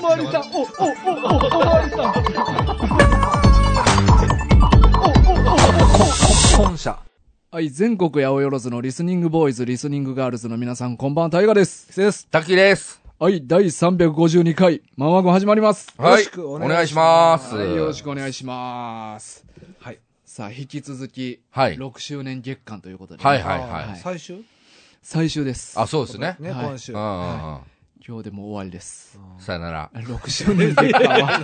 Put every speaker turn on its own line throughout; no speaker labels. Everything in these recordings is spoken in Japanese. まわりさん、お、お、お、お、おまわりさん。
本社。
はい、全国八百万のリスニングボーイズ、リスニングガールズの皆さん、こんばんは、タイガです。キセです。
滝です。
はい、第352回、マンワゴン始まります。
は
よろ
い
し。くお
お
願
願
い
い
し
し
ま
ます。
はい、よろしくお願いします。はい。さあ、引き続き、
はい。
6周年月間ということで、
はいはい
は
はいい。
最終
最終です。
あ、そうですね。
ね、
はい
今週
うん。。うん
今日でもう終わりです。
うんさよなら。
6周年月間は、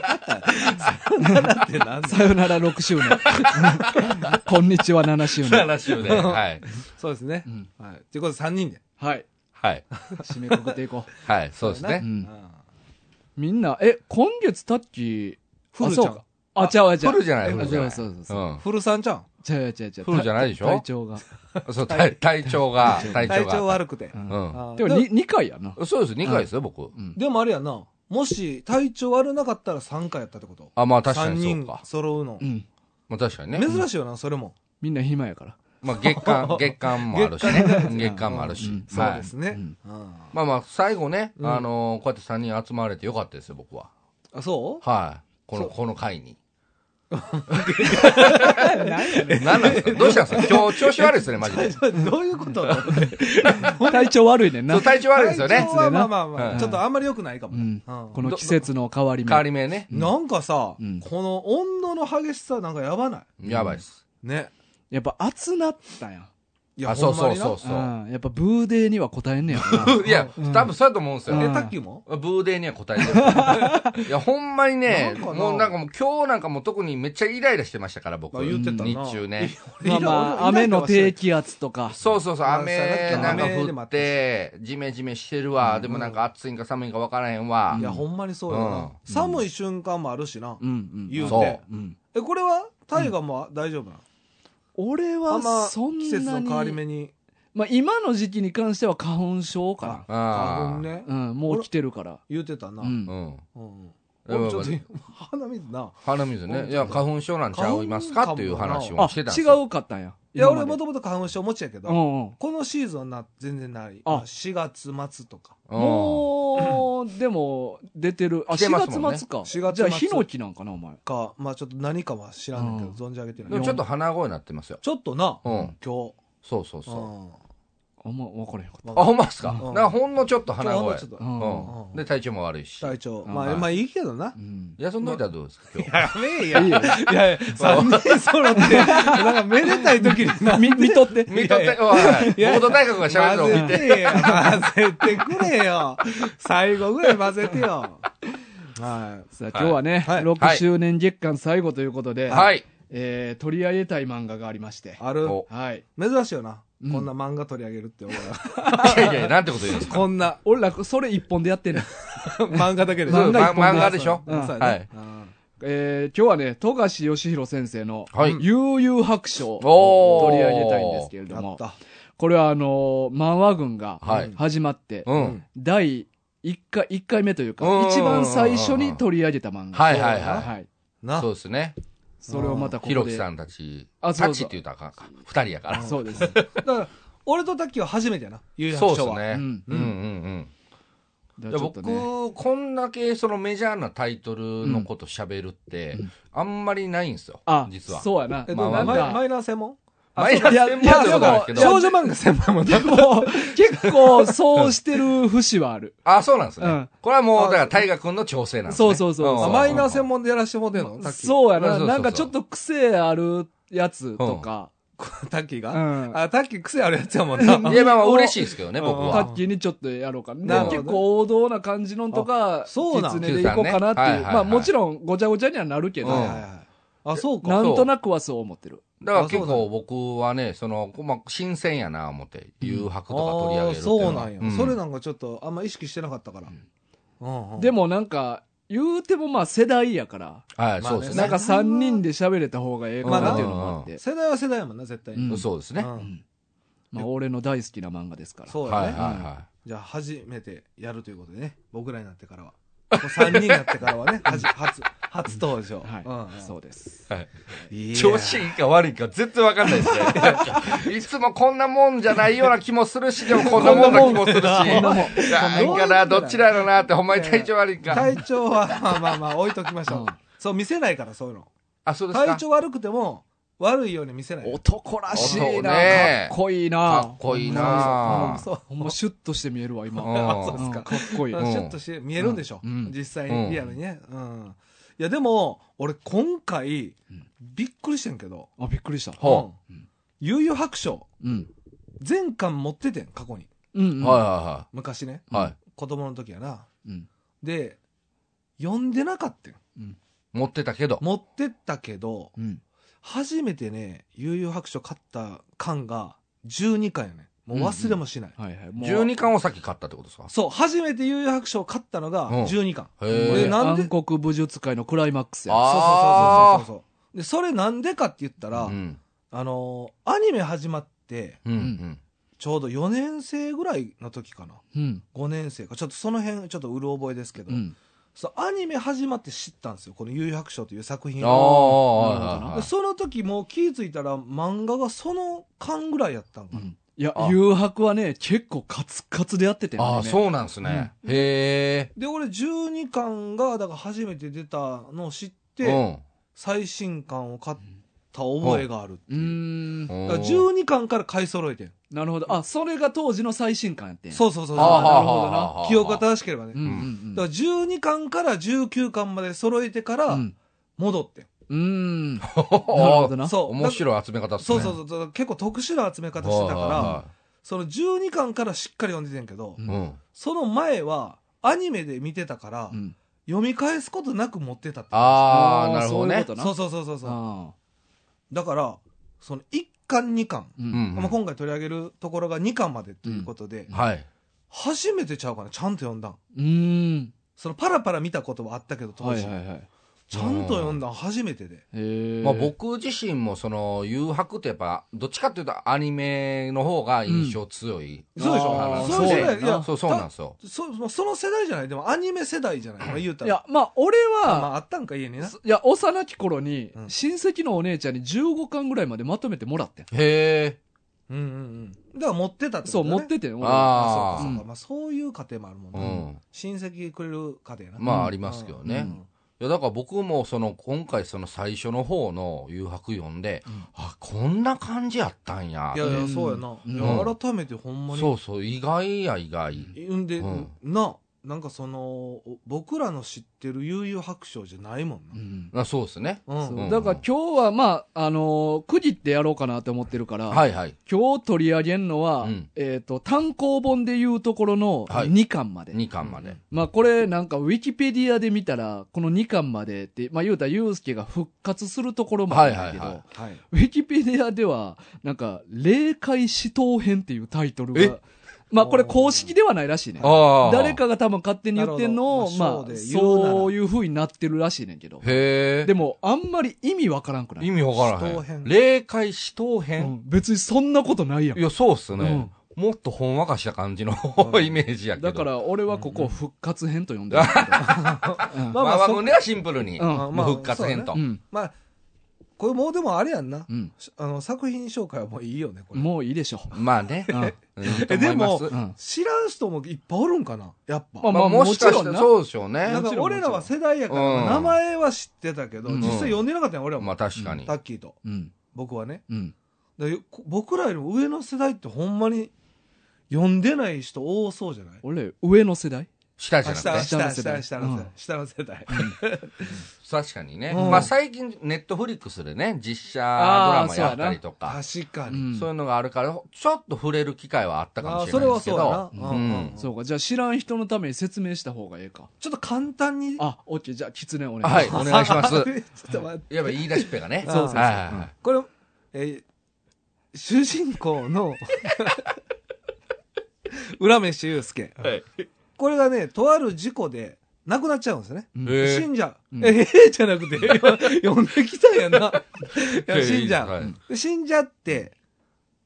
ってなんだ
さよなら6周 年。こんにちは7周
さよな
年。
らしゅうで。はい。
そうですね
う。ん
はい。ということで3人で。
はい。
はい。
締めくくっていこ
はい。そうです
う。う
ね。
うん
ん。 みんな、え、今月タッキー、
フル
あ
ちゃん
そうかあ、ちゃうあちゃ
フ
う。
ルじゃない、フ
あ
ル
ち
じ
ゃ
ゃな
う
い。
そうそうそう。
う
フルさんちゃん。
ちゃうちゃうちゃう。
フルじゃないでしょ
体体調が。
ん。そう、体体調が、体
体調
調が。
悪くて。
うん
う
あー
でもに二回やな。
ん。そうです、2回ですよ、僕。
うん。
でもあれやな。もし体調悪なかったら3回やったってこと
あ、まあ確か
三
にそう
人
か。
揃うの
う。ん。
まあ確かにね。
珍しいよな、それも。
みんな暇やから。
まあ月間、月間もあるしね。月間もあるし
うん。
そう
はい
です。ね
うん。
うん
まあまあ、最後ね、
うん
あのー、こうやって3人集まれてよかったですよ、僕は。
あ、そう
はい。この、
そう
この回に。何なんですかどうしたんですか今日、調子悪いですね、マジで。
どういうこと
体調悪いねん
そ
な
う。体調悪いですよ
体
ね
調。はまあまあ
う
まあ、
ん
ちょっとあんまり良くないかも
う
ね
ん。
うん
この季節の変わり目。
変わり目ね。
なんかさ、
うん
この温度の激しさなんかやばない
やばいです。
ね。
やっぱ暑なったやん。
いや、
あ、そ
ほ
う
ん
そ
ま
う
に
そう
な。
そう。
うんやっぱブーデーには応えんねや ろ
いや、多分そうだと思うんですよ。
うん
え、タッキーも
ブーデーには答え てる。いや、ほんまにね、
なんかな
もうなんかもう今日なんかもう特にめっちゃイライラしてましたから、僕。
あ言ってたな
日中ね。
な。まあま あ、雨の低気圧とか。
そうそうそう、
まあ
雨
さ
なんか
雨でも
降
あっ
った、
して
ジメジメしてるわ。でもなんか暑いんか寒いんか分からへんわ
い。や、ほんまにそうや
うん
な。寒い瞬間もあるしな
う。んうん。
言う
そ
て
う。
うん。
え、これは大河も大丈夫なの
俺
あんま
はそんなに。
季節の変わり目に。
まあ今の時期に関しては花粉症か
あー
花粉ね
な。。うん、もう来てるから。
言ってたな。
う
うん
ん
う。ん。
うん。
うん
俺ちょっと今鼻水な。
鼻水ね
う。ん
いや、花粉症なんちゃいますか
花粉かもな
っていう話
あ
を、してたんです
違
よ。
うかったんや。
いや、
今ま
俺
で
もともと花粉症持ちやけ
う
ど、
んうん。
このシーズンな、全然ない。
あ
4月末とか。
うん
もう、でも、出てる。あ、
来てます
4
もん
月
ね
末か。
4月
じゃ
末
あ、ヒノキなんかな、お前。
か、まあちょっと何かは知らんねんけど、存じ上げて
で
な
も
い。
ちょっと鼻声になってますよ。
ちょっとな、
うん。
今日。
そうそうそう。
あんま分からへんかっ
あ、ほんまっすか。
うん
なんかほんのちょっと
鼻
鼻声。
ちょっと
た。うん。
うん。で、体調も悪いし。
体調。
うん
ま
は
あ、
い
まあいいけどな
う。ん
休んどいたらどうですか、今日。
やべえや。い
いいよ
やいや、三人揃って、なんかめでたい時に な。
み、見とって。
見とって、おい、報道大学が喋るのを見
混ぜ
て。
てよ。混ぜてくれよ。最後ぐらい混ぜてよ。は
さあ、今日はね、
はい
6周年月間最後ということで、
はい。
えー取り上げたい漫画がありまして
い。。ある。
お
はい。
珍しいよな。
うん
こんな漫画取り上げるって、俺は。
いやいや、なんてこと言うんですか。
こんな
俺ら、それ一本でやってんねん。
漫画だけで。
そう
漫画一本で
漫画でしょ
うん
そうやね
はい。
うん
えー今日はね、富樫義弘先生の、
はい。
悠々白書を
おー
取り上げたいんですけれど
やっ
も、
た。
これはあのー漫画軍が
はい
始まって、
うん。
第1回、一回目というか
うんうんう、んうん
一番最初に取り上げた漫画。
はいはい
は。
はい。
ない
そ。うですね。
それをまたこ
ひ
こ
ろ
で。
きさんたち。
あそうそう
たちって言ったらあかんか。二人やから。
そうです。
だから、俺とタッキーは初めてやな。有楽
そうで
町
す
は。
う
ね。
ん。
うんうんう
だ
ん。
か
いや
らちょっとね。
僕、こんだけそのメジャーなタイトルのこと喋るって、あんまりないんですよ。
あ、
実は。
そうやな。
えっ
ま
と、マ
あま
イ
あ
マイナー専門
マイナ
い
ス
や
専
いや
門ってことなんですけ
でも
ど。
少女漫画専門も
でも、結構、そうしてる節はある。
あ、そうなんです
う
ね
ん。
これはもう、だから、大河君の調整なんですね。
そうそうそう
あ
ん
マイナー専門でやらしてもうてんのタッキー。
そうや
そ
な。
うそうそう
なんかちょっと癖あるやつとか、
タッキー
う
が、
ん。
あ、タッキー癖あるやつやもんな。
いや、まあまあ、嬉しいですけどね、僕
うん
タ
は。
ッキーにちょっとやろうかな。
な
でも
るほどね
結構王道な感じのんとか、
あそうなん
キツネでいこうかなって
はい
い
は
う。
いはい
まあもちろんごちゃごちゃにはなるけど
う、ん
はいはいはいあ、そうか。
なんとなくはそう思ってる。
だから
あそう
結
なん
構僕はね、その、まあ、新鮮やな、思って、誘
あ
白とか取り上
ー
げるってい
そう
のは
なんや、それなんかちょっとあんま意識してなかったから。うんうん
で、もなんか、言うてもまあ世代やから、
は
まあ
い、
ね
そうです
なん
ね。
か3人で喋れた方がええかなっていうのもあって、
世代は世代やもんな、絶対
う
に。
ん
そうです
う
ね。はい
ん。
まあ俺の大好きな漫画ですから。
そうや
はい
ね。
は
じゃあ、初めてやるということでね。僕らになってからは。3人になってからはね、はじ、初、初登場。
はい、
うん
そうです。
はい
いや
調子いいか悪いか全然わかんないですね。なんか いつもこんなもんじゃないような気もするし、でもこんなもんな気もするし。
こんなもん
なんかな、どっちだろうなって、ほんまに体調悪いか。
体調は、まあまあまあ、置いときましょ
う。
うんそう、見せないから、そういうの。
あ、そうですか。
体調悪くても、悪いように見せない。
男らしいな、
ね
かっこいいな。
かっこいいな
うんそう。
ほんまシュッとして見えるわ、今。
うんあそう
ですか
んかっこいい。
うんシュッとして見えるんでしょ、
うん
実際
う
に
ん
リアルにね、うん、いやでも俺今回びっくりしてんけど、
あ、びっくりした。
ほ
うん悠々白書
うん。
全巻持っててん過去に
うん、う。。
うんん。は
昔ね
いはいはい。は
子供の時やない
うん。
で読んでなかったん
い。持ってたけど。
持ってったけど
うん。
初めてね悠々白書買った巻が12巻やねもう忘れもしない、
はいはい。もう
12巻をさっき買ったってことですか
そう初めて悠々白書を買ったのが
うん
12巻、
へ
もうね
で
え。
なんで
暗黒武術界のクライマックスや。
そうそうそうそう
あ
そうそうでそれなんでかって言ったら、
あ。うん。
あのーアニメ始まって
うんうん。
ちょうど4年生ぐらいの時かな
うん。
5年生かちょっとその辺ちょっとうる覚えですけど、
うん。
そうアニメ始まって知ったんですよこの「幽遊白書」という作品
あ
を
あ、
なるほど
はいはいは
で
い。
その時もう気ぃついたら漫画がその間ぐらいやったんかな、
いや、
あ
誘白はね、結構カツカツでやっててん
ああ、
う。
そうなんですね。へ
で俺12巻がだから初めて出たのを知って、
え。
最新巻を買った覚えがある、
うーん。
う。
なん
だから12巻から買い揃えてん
るほど。あ、それが当時の最新刊やってん。う。
そうそうそう
ああ、は
そ
あはあはあ
う記憶が正しければね、
うんうんうん。
だから12巻から19巻まで揃えてから、
うん。
戻ってん
うん。なる
あ
ほどな。
そう
面白い集め方っす
そ
ね。
うそう
う。
そうそう結構特殊な集め方してたからその12巻からしっかり読んでてんけど、
うん
うん。
その前はアニメで見てたから、
うん。
読み返すことなく持ってたって
ああ、なるほ
そ
ど
ういう
ね
こ。とな。
そうそうそうそうそう
あ
だからその1巻2巻、
ーう。
うんん
まあ、今回取り上げるところが2巻までということで、
はい。
初めてちゃうかなちゃんと読んだん
うーん。
そのパラパラ見たことはあったけど当
はい
時、
はいはい。
ちゃんと読んだん初めてで
へえ。
まあ、僕自身もその誘白ってやっぱどっちかっていうとアニメの方が印象強い、
うんそうでしょ
あの
そういう世代
そ
いや
そうそうなんですよ
そもうその世代じゃないでもアニメ世代じゃない、まあ、言うた
い
ら
や、まあ、俺
ま
は、
ああったんか家にな
そいや、幼き頃に
う、ん
親戚のお姉ちゃんに15巻ぐらいまでまとめてもらってん。
へえ
うんうんうんだから持ってたって
そ
こと
う、
だ、ね、
持っててん。俺
あそうかそう
ああ
か、
うん
まあそういう家庭もあるもん
う
ね、
ん
親戚くれる家庭な
ま
あ
あありますけどね、いやだから僕もその今回その最初の方の誘白読んで、
うん
あこんな感じやったんや
いやい
うん
やそうやな、
うん
いや改めてほんまに
そうそう意外や意外
んで、
うん
ななんかそのお僕らの知ってる悠々白書じゃないもん
う
な、
ん
あそうですね
うん
そう
うん
だから今日は、まあ、あのー区切ってやろうかなって思ってるから、
はいはい
今日取り上げるのは、
うん
えっ、と、単行本でいうところの
はい
2巻まで。
2巻まで、
まあこれなんかウィキペディアで見たら、この2巻までって、まあ言うたらユースケが復活するところもあるんだけど、
はいはいは
はい
ウィキペディアでは、なんか、霊界死闘編っていうタイトルが
え、
まあこれ公式ではないらしいね。
ああ
誰かが多分勝手に言ってんのを、
なる
ま
ほどまあ
あ、
ショーで言うなら
そういう風になってるらしいねんけど。
へえ
でも、あんまり意味わからんくない
意味わから
死闘
へん
編
霊界死闘
う
編、
ん別にそんなことないやん
い。や、そうっすね。もっとほんわかした感じの
うん
イメージやけど。
だか、ら俺はここを復活編と呼んでる
う
だ
んまあまあ、
そ
胸はシンプルに、
うん
もう復活編
そう
と。
けど。うん。
まあこれもうでもあれやんな、
うん。
あの作品紹介はもういいよねこれ
もういいでしょ。
まあね。うんいいと
え
思
で
いま
も
す
うん。ま
知らん人もいっぱいおるんかなやっぱ、
あ
ま
ま
あ、
あ
も
も
し
ち
かし
ろ
た
ん
ら
な。
そうでしょうね
な。んか俺らは世代やから、
うん
名前は知ってたけど、
うん
実際読んでなかったんや俺らも、
まあ、確かに
タ。ッキーと
うん。
僕はね
うん。
だよ僕らよりも上の世代ってほんまに読んでない人多そうじゃない
俺、上の世代
下じ
あ
ゃなくて
下
下の
ね。
下
世
下
代
下の世
う
代
ん
下の世代
確かにね。
うん
まあ、最近、ネットフリックスでね、実写ドラマやったりとか、
確か
う
に
ん。
そういうのがあるから、ちょっと触れる機会はあったか
あ
も
あ
し
そ
れ
れ
ないで
は
すけ
そうや
ど、
な
う
うん
ん
うんうんち
そうか。じゃあ知らん人のために説明した方がええか。
ょっと簡単に
あ、オッケー。じゃあ、狐お願い
はい、
し
お
ます。
願いし ま
ちょっ
す。
と待って
やっぱ言い出しっぺがね。
そうそうそう
はいはいはい
これえー主人公の 浦飯祐介
はい
これがねとある事故で亡くなっちゃうんですね
うん
えー
信者、
うん
ええじゃなくて、今 呼んできたんやな。いや信者、
はい
で死んじゃって、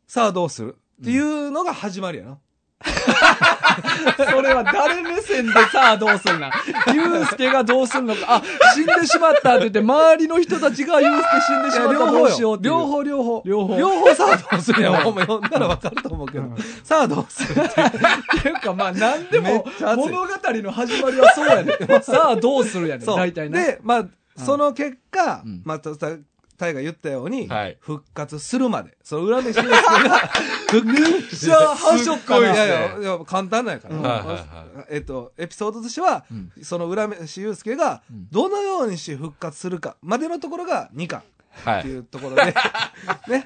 さあどうするっていうのが始まりやな。
それは誰目線でさあどうすん な。ゆうすけがどうすんのか。あ、死んでしまったって言って、周りの人たちがゆうすけ死んでしまった
両
ど
方
うしよう
よ
っていう。
両方両方
両方
両方さあどうするやんお前ほんならわかると思うけどさあどうする
っていうか、まあ、なんで
めっ
も、
ちゃ熱い
物語の始まりはそうやねん。 さあ、どうするやねん。
そう
大体ね。
でまあその結果
うん
またさタイが言ったように
はい
復活するまでその裏目俊介が復活
じゃあ、繁殖か
すっご
い
いっ
な。
す
やいやいや簡単なんやから、
んはいはい
えっと、エピソードとしては、
うん
その浦飯祐介が
うん
どのようにして復活するかまでのところが2巻
は
って
い。
いうところで、ね、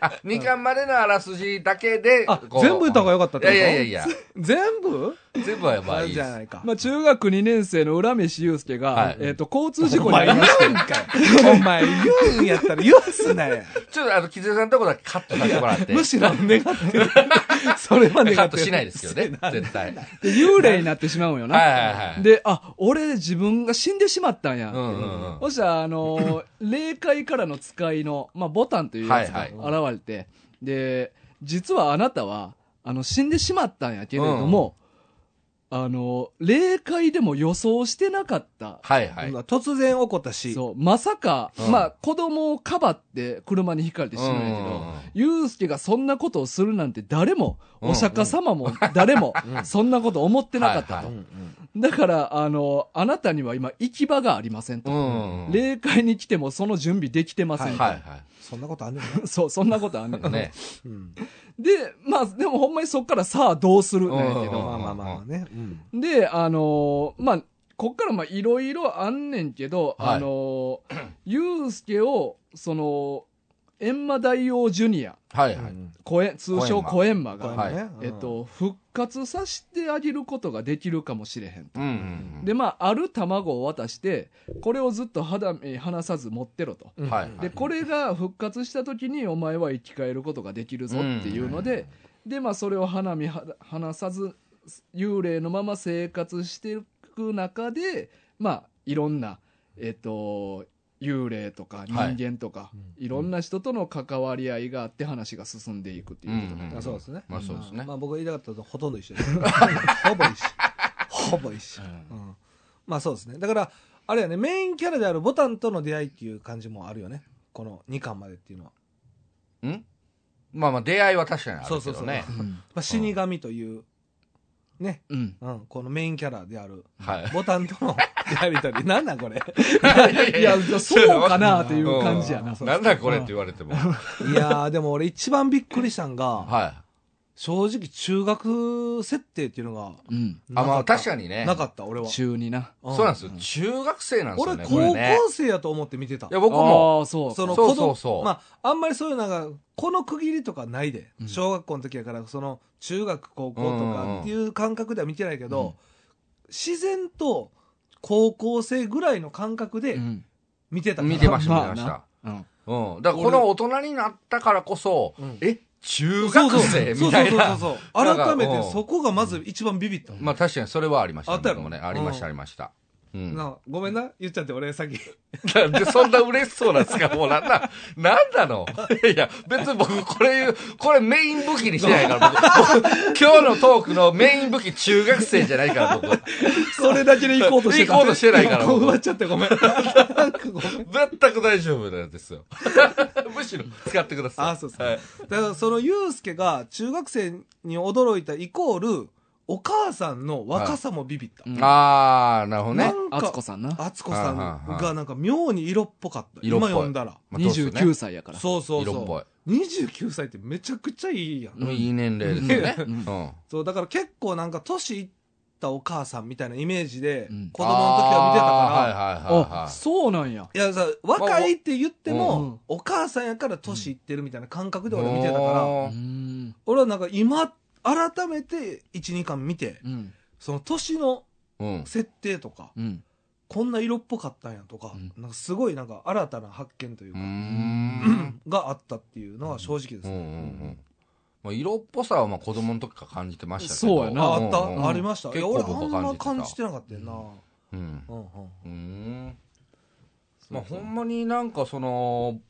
あ、2巻までのあらすじだけで、
あ
こう
全部言った方がよかったってこと
いやいやいやい
全部
や、全部はま
あ
あ
れ
いい
じ
で
ゃ
す
な。いか、
まあ、中学2年生の浦飯祐介
は
が
い、
えっと、交通 事故
お
に遭
前
いまし
言
て
うんかいお前言うんやったら言わすなや
ちょっとあの、木津さんのとこだけカットさせてもらって。
むしろ願ってる それは願ってる
カットしないです けどね、絶対。はい
で幽霊になってしまうんよ
はい
な。
はい。
で、あ、俺自分が死んでしまったんや。
うんうんうん
そしたら、あ のー、霊界からの使いの、まあ、ボタンというやつが
はい
現れて、で、実はあなたは、あの、死んでしまったんやけれども、あのー、霊界でも予想してなかった。
はいはい。
突然起こったし
そう、まさか、
うん
まあ、子供をかばって車にひかれて死ぬんやけ
うんうんうん
ど、ゆうすけがそんなことをするなんて誰も、お釈迦様も誰も、そんなこと思ってなかった
はい
と
は。
だから、あの、あなたには今行き場がありません
う
と。
んうん。はい
霊界に来てもその準備できてませんと。
は
そんなことあんねん な、
そう、そんなことあんねん。
い。ね。
うん
で、まあ、でもほんまにそっからさあどうするなんやけ
うん
ど。
まあまあまあまあね、うん
で、あのーまあ、こっからまあいろいろあんねんけど、
はい
あのー、ゆうすけを、その、閻魔大王ジュニア、
はいはい。
コエ通称コエンマ
これ
が、
も
はい
ね
えっと、復活させてあげることができるかもしれへんと。
うんうん
で、まあ、ある卵を渡して、これをずっと肌身離さず持ってろと。
うん。はい。
で、これが復活した時に、お前は生き返ることができるぞっていうので、で、まあ、それを肌身は離さず、幽霊のまま生活していく中で、まあ、いろんな、えっ、と、幽霊とか人
はい
間とか、い、ろんな人との関わり合いがあって話が進んでいくっていうことなんで
あそうですね
まあそうですね
まあ僕が言いたかったのとほとんど一緒です ほぼ一緒ほぼ一緒、うんまあそうですねだからあれやねメインキャラであるボタンとの出会いっていう感じもあるよねこの2巻までっていうのは、
んまあまあ、出会いは確かにあるけどね。
そうそうそうは
うん
まあ、死神というね、
うん。
うん、このメインキャラである
はい。
ボタンとの やりとりなんなんこれ
いや、そうかなっていう感じやな。
なんだこれって言われても。
いやーでも俺一番びっくりしたんが
はい。
正直中学設定っていうのが
うん。
あ、ま
な
あ
った
確かにね。
なかった俺は
中にな。
ん
そうなんですよ。中学生なんですよ
俺
ね。
高
これ
校
ね
生やと思って見てた
いや、僕も。
ああ、そう。
その
そう
子供
そうそう
まあ、あんまりそういうのが、この区切りとかないで、
うん
小学校の時やから、その中学、高校と
うんうんうん
かっていう感覚では見てないけど、自然と高校生ぐらいの感覚で
うん
見てたから、
見てました、見
ま
て
あ
ました。
うん
うん。だからこの大人になったからこそ
うん、
え、
そ
中
うそ
学
う
生みたいな。
そうそうそうそう改め
なん
て
かうん
そこがまず一番ビビった、
まあ確かにそれはありました。
あったやろ
僕もね。ありまし
う
た、
ん
ありました。うん。
なごめんな言っちゃって俺 先
なんでそんな嬉しそうなんですかもうなんな、なんなのいやいや、別に僕これ言う、これメイン武器にしてないから、僕僕今日のトークのメイン武器中学生じゃないから、僕。
それだけで行こうとして
行こうとしてないから、
こう
僕
奪っちゃってごめんなんかごめん
全く大丈夫なんですよ。 むしろ使ってください。
あそうそう
はい
だからそのユうスケが中学生に驚いたイコールお母さんの若さもビビった、
うん
あー、なるほど
な
ね。
ん
あ
か
つこさんな。
敦子さん
はいはいは
がなんか妙に色っぽかった。
色っぽ
今
い
読んだら。
まあ
29。歳やから。
そうそう
色っぽ
そう。29歳ってめちゃくちゃいいやん。
どうっすよねいい年齢ですよね。
うん
うん。
そう、だから結構なんか年いったお母さんみたいなイメージで
うん、
子供の時は見てたから、
あーはいはいはい、
あ
は、い。
そうなんや。
いやさ、若いって言って
う
も
ん、
お母さんやから年いってるみたいな感覚で俺見てたから、
う
おー
ん。
俺はなんか今、改めて1、2巻見て、
うん。
その年の
うん。
設定とか、
うん。
こんな色っぽかったんやとか
うん、
なんかすごいなんか新たな発見という
うー
か、
ん。
があったっていうのは正直です
うんうんう
ね。
ん。まあ、色っぽさはまあ子供の時から感じてましたけど。
そうやな
ああった、
うんうん
ありました。い
結
や、
構
俺
僕
あん
は
ま
感
感
じ
じ
て
てなかったよな。
た。うん。
うんうん
うーん。 まあ、ほんまになんかその、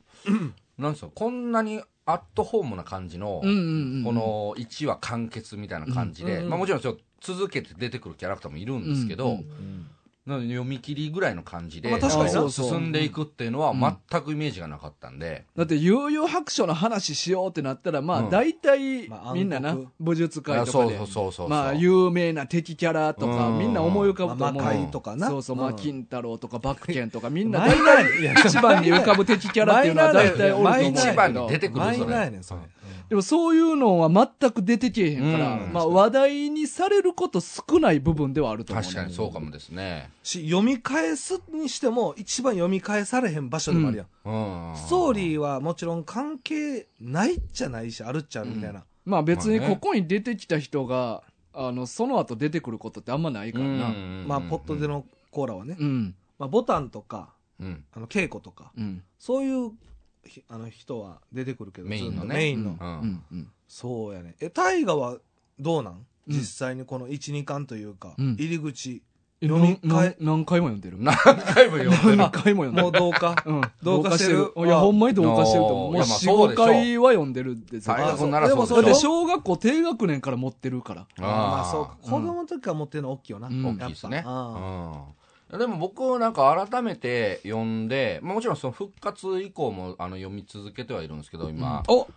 なんすか、こんなにアットホームな感じの、
うんうんうん
この1話完結みたいな感じで、
うんうん
まあ、もちろんちょっと続けて出てくるキャラクターもいるんですけど、
うんうん
なので読み切りぐらいの感じで、
まあ確かにな
そうそう進んでいくっていうのは
ん
全くイメージがなかったんで、
だって悠々白書の話しようってなったらま
う
あ
ん
大体
まあ暗黒
みんなな武術
い
界
や
と
そ
か
う
で
そうそうそう、
まあ有名な敵キャラとか
うん
みんな思い浮かぶと思う
まあ魔界とかな
そうそう
うん
まあ金太郎とかバクケンとかみんな
マイナーや
一番に浮かぶ敵キャラっていうのは大体おると思うんやけど
一番に出てくる
マイ
そ
ナ
れ
ーやねんそれ、
うん
でもそういうのは全く出てけえへんから、
うん
まあ話題にされること少ない部分ではあると思う、ね。
確かにそうかもですね、
し読み返すにしても一番読み返されへん場所でもあるやん、
うん、
ストー
ー
リーはもちろん関係ないっちゃないしあるっちゃみたいな、
まあ別に
まあね
ここに出てきた人が、あの、その後出てくることってあんまないからな。うん。
まあポットで、のコーラはね、
うん。
まあ、ボタンとか
うん
あの稽古とか
うん。
そういうひあの人は出てくるけど
メイン
ず
のね
っとメインの、
う
うん
ん。うん。
そうやねえ大河はどうなん
うん
実際にこの12巻というか、
うん
入り口
え
読み
な
替
ん
え
何回も読んでる。
何回も読んでる
何回も読んで
もう
る。
どうか
うん。
同化してる
いや、ほんまに同化してると思う。も
あー
う
いやまあ
4、
そうで
5
しょう
回は読んでるで
大
河
学
そ
な
う
らそ
で
う
だって
でしょ
小学校低学年から持ってるから。
まあそうか
うん
子供の時から持ってるの大きいよな、
うん
や
大
っ
き
ぱ
いですね。
あ
うん。でも僕なんか改めて読んで、まあもちろんその復活以降もあの読み続けてはいるんですけど、今。
あお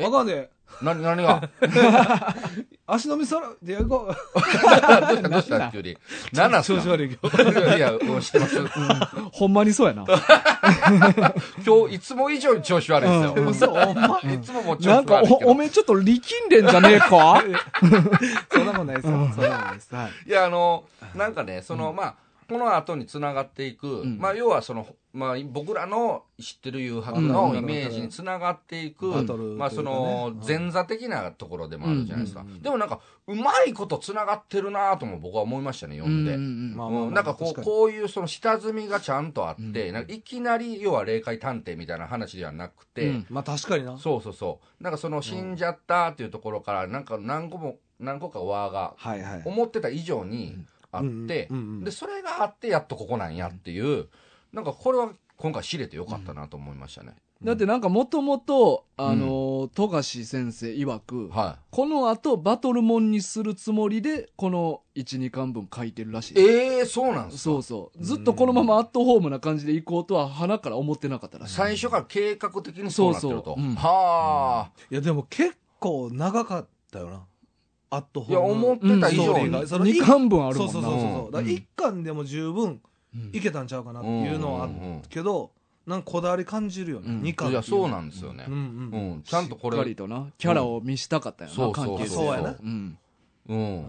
わかんねえ
何、何が
足のみそらでやこう
どうしたどうした急に。何なんすか
悪いけど
いや、もう知ってます。
ほんまにそうやな。
今日いつも以上に調子悪いですよ。
うん
嘘お前
いつももう調
なん
子
か
悪いけ
お、お
ど。
めえちょっと力んでんじゃねえか
そんなことないですよそんなことないですはい
いや、あの、なんかね、その、まあ、この後に繋がっていく、
ん
まあ、要はその、まあ、僕らの知ってる誘白のイメージに繋がっていく、
バトルというかね
まあ、その、前座的なところでもあるじゃないですか。
うんうんうん
でもなんか、うまいこと繋がってるなとも僕は思いましたね、読んで。
うん
まあ
うんなんかこう
確に
こういうその下積みがちゃんとあって、なんかいきなり要は霊界探偵みたいな話ではなくて、
うん
まあ確かにな
そうそうそうなんかその死んじゃったっていうところからなんか何個も何個か輪が
はいはい
思ってた以上にあって
うんうんうんうん
でそれがあってやっとここなんやっていうなんかこれは今回知れてよかったなと思いましたね、
だってなんかもともと、あのー、富樫先生曰く、
は
この後バトルモンにするつもりで、この1、2巻分書いてるらしい
い。ええそうなんですか
そうそう。ずっとこのままアットホームな感じで行こうとは、鼻から思ってなかったらしい。
最初から計画的にそうなってる
そう
と
そううん
はあ、
いやでも結構長かったよなアットホーム
いや思ってた以上に、
うんその
2巻分あるもんな。
そうそうそうそう、
うん
だから一巻でも十分
うん
いけたんちゃうかなっていうのはあるけど、なんかこだわり感じるよね、
うん
二巻
いや
っていう
そうなんですよね、
うんうん、
うんちゃんとこ
しっかり
れ、
とな、キャラを見したかったよな、
そうそう
関係性
そうやな
うん。
うん、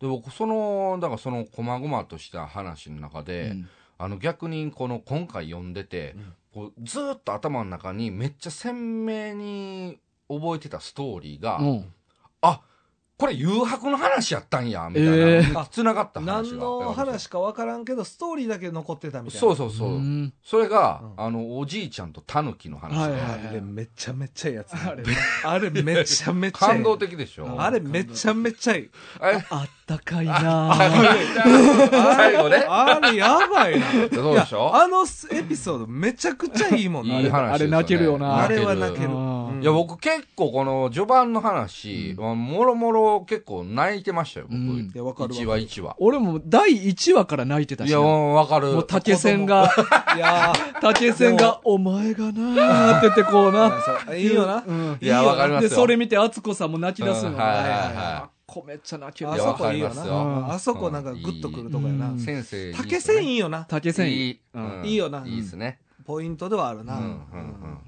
で僕そのだからその細々とした話の中で、
うん
あの逆にこの今回読んでて、こうずーっと頭の中にめっちゃ鮮明に覚えてたストーリーが、
うん
あこれ誘白の話やったんやみたいな、
え
ー
つながった話が
何の話か分からんけどストーリーだけ残ってたみたいな
そうそうそう、
うん
それが、
うん
あのおじいちゃんとタヌキの話で、
はいはい
あれめちゃめちゃいいやつ
あれ
あれめちゃめちゃいい
感動的でしょ、
あれめちゃめちゃいい
あれ
あったかいなぁ。
最後ね
あれやばいな
そうでしょ
あのエピソードめちゃくちゃいいもんない
い話ですよね
あれ泣けるよな
あれは泣ける、
うん
うん
いや、僕結構この序盤の話、あもろもろ結構泣いてましたよ、僕。
うんい
やわかる
一話一話。
俺も第1話から泣いてた
い
し
や、
な。も
わかる。
う竹線が、
いやー
竹線が、お前がなーって言ってこうな。
そういいよな、
うん
いや、わかります
で、
よ。
それ見て、敦子さんも泣き出すの
うん
よ
はい
な。
はいはい
あっこめっちゃ泣ける
あ
いや
そ
よ。
こいいよ
わか
な、
りますよ
うんあそこなんかグッとくるとこやな、
う
うん
ん
先生いいっすね。
竹線いいよな
竹線
いい。
う
うん
ん
いいよない
いですね。
ポイントではある
う
な、
ん、うん、うん。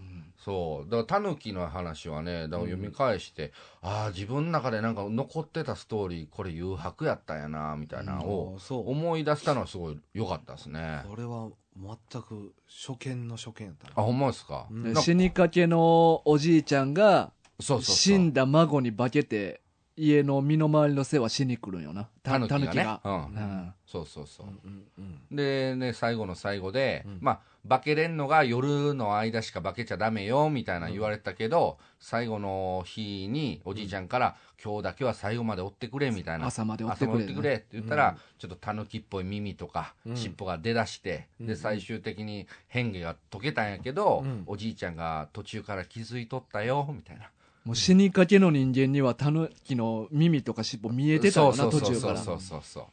そう。だから、タヌキの話はね、だから読み返して、ああ、自分の中でなんか残ってたストーリー、これ誘白やったんやな、みたいなの
う
を
んそう
思い出したのはすごい良かったですね。
これは全く初見の初見やったな
あ、ほんまですか。
うん
なんか
死にかけのおじいちゃんが、
そうそうそう。
死んだ孫に化けて、家の身の回りの世話しに来るんよな。たぬきが,、
狸ね
が。
うん
うん
そうそうそう、
うんうん
でね最後の最後で、まあ化けれんのが夜の間しか化けちゃダメよみたいな言われたけど、最後の日におじいちゃんから、今日だけは最後まで追ってくれみたいな
朝まで追ってくれ
朝まで追って言ったら、ちょっとたぬきっぽい耳とか、
うん
尻尾が出だしてで最終的に変化が解けたんやけど、
うん
おじいちゃんが途中から気づいとったよみたいな
もう死にかけの人間にはタヌキの耳とか尻尾見えてたよな、
そう
途
そ
中
うそ
か
う
ら。
そうそうそう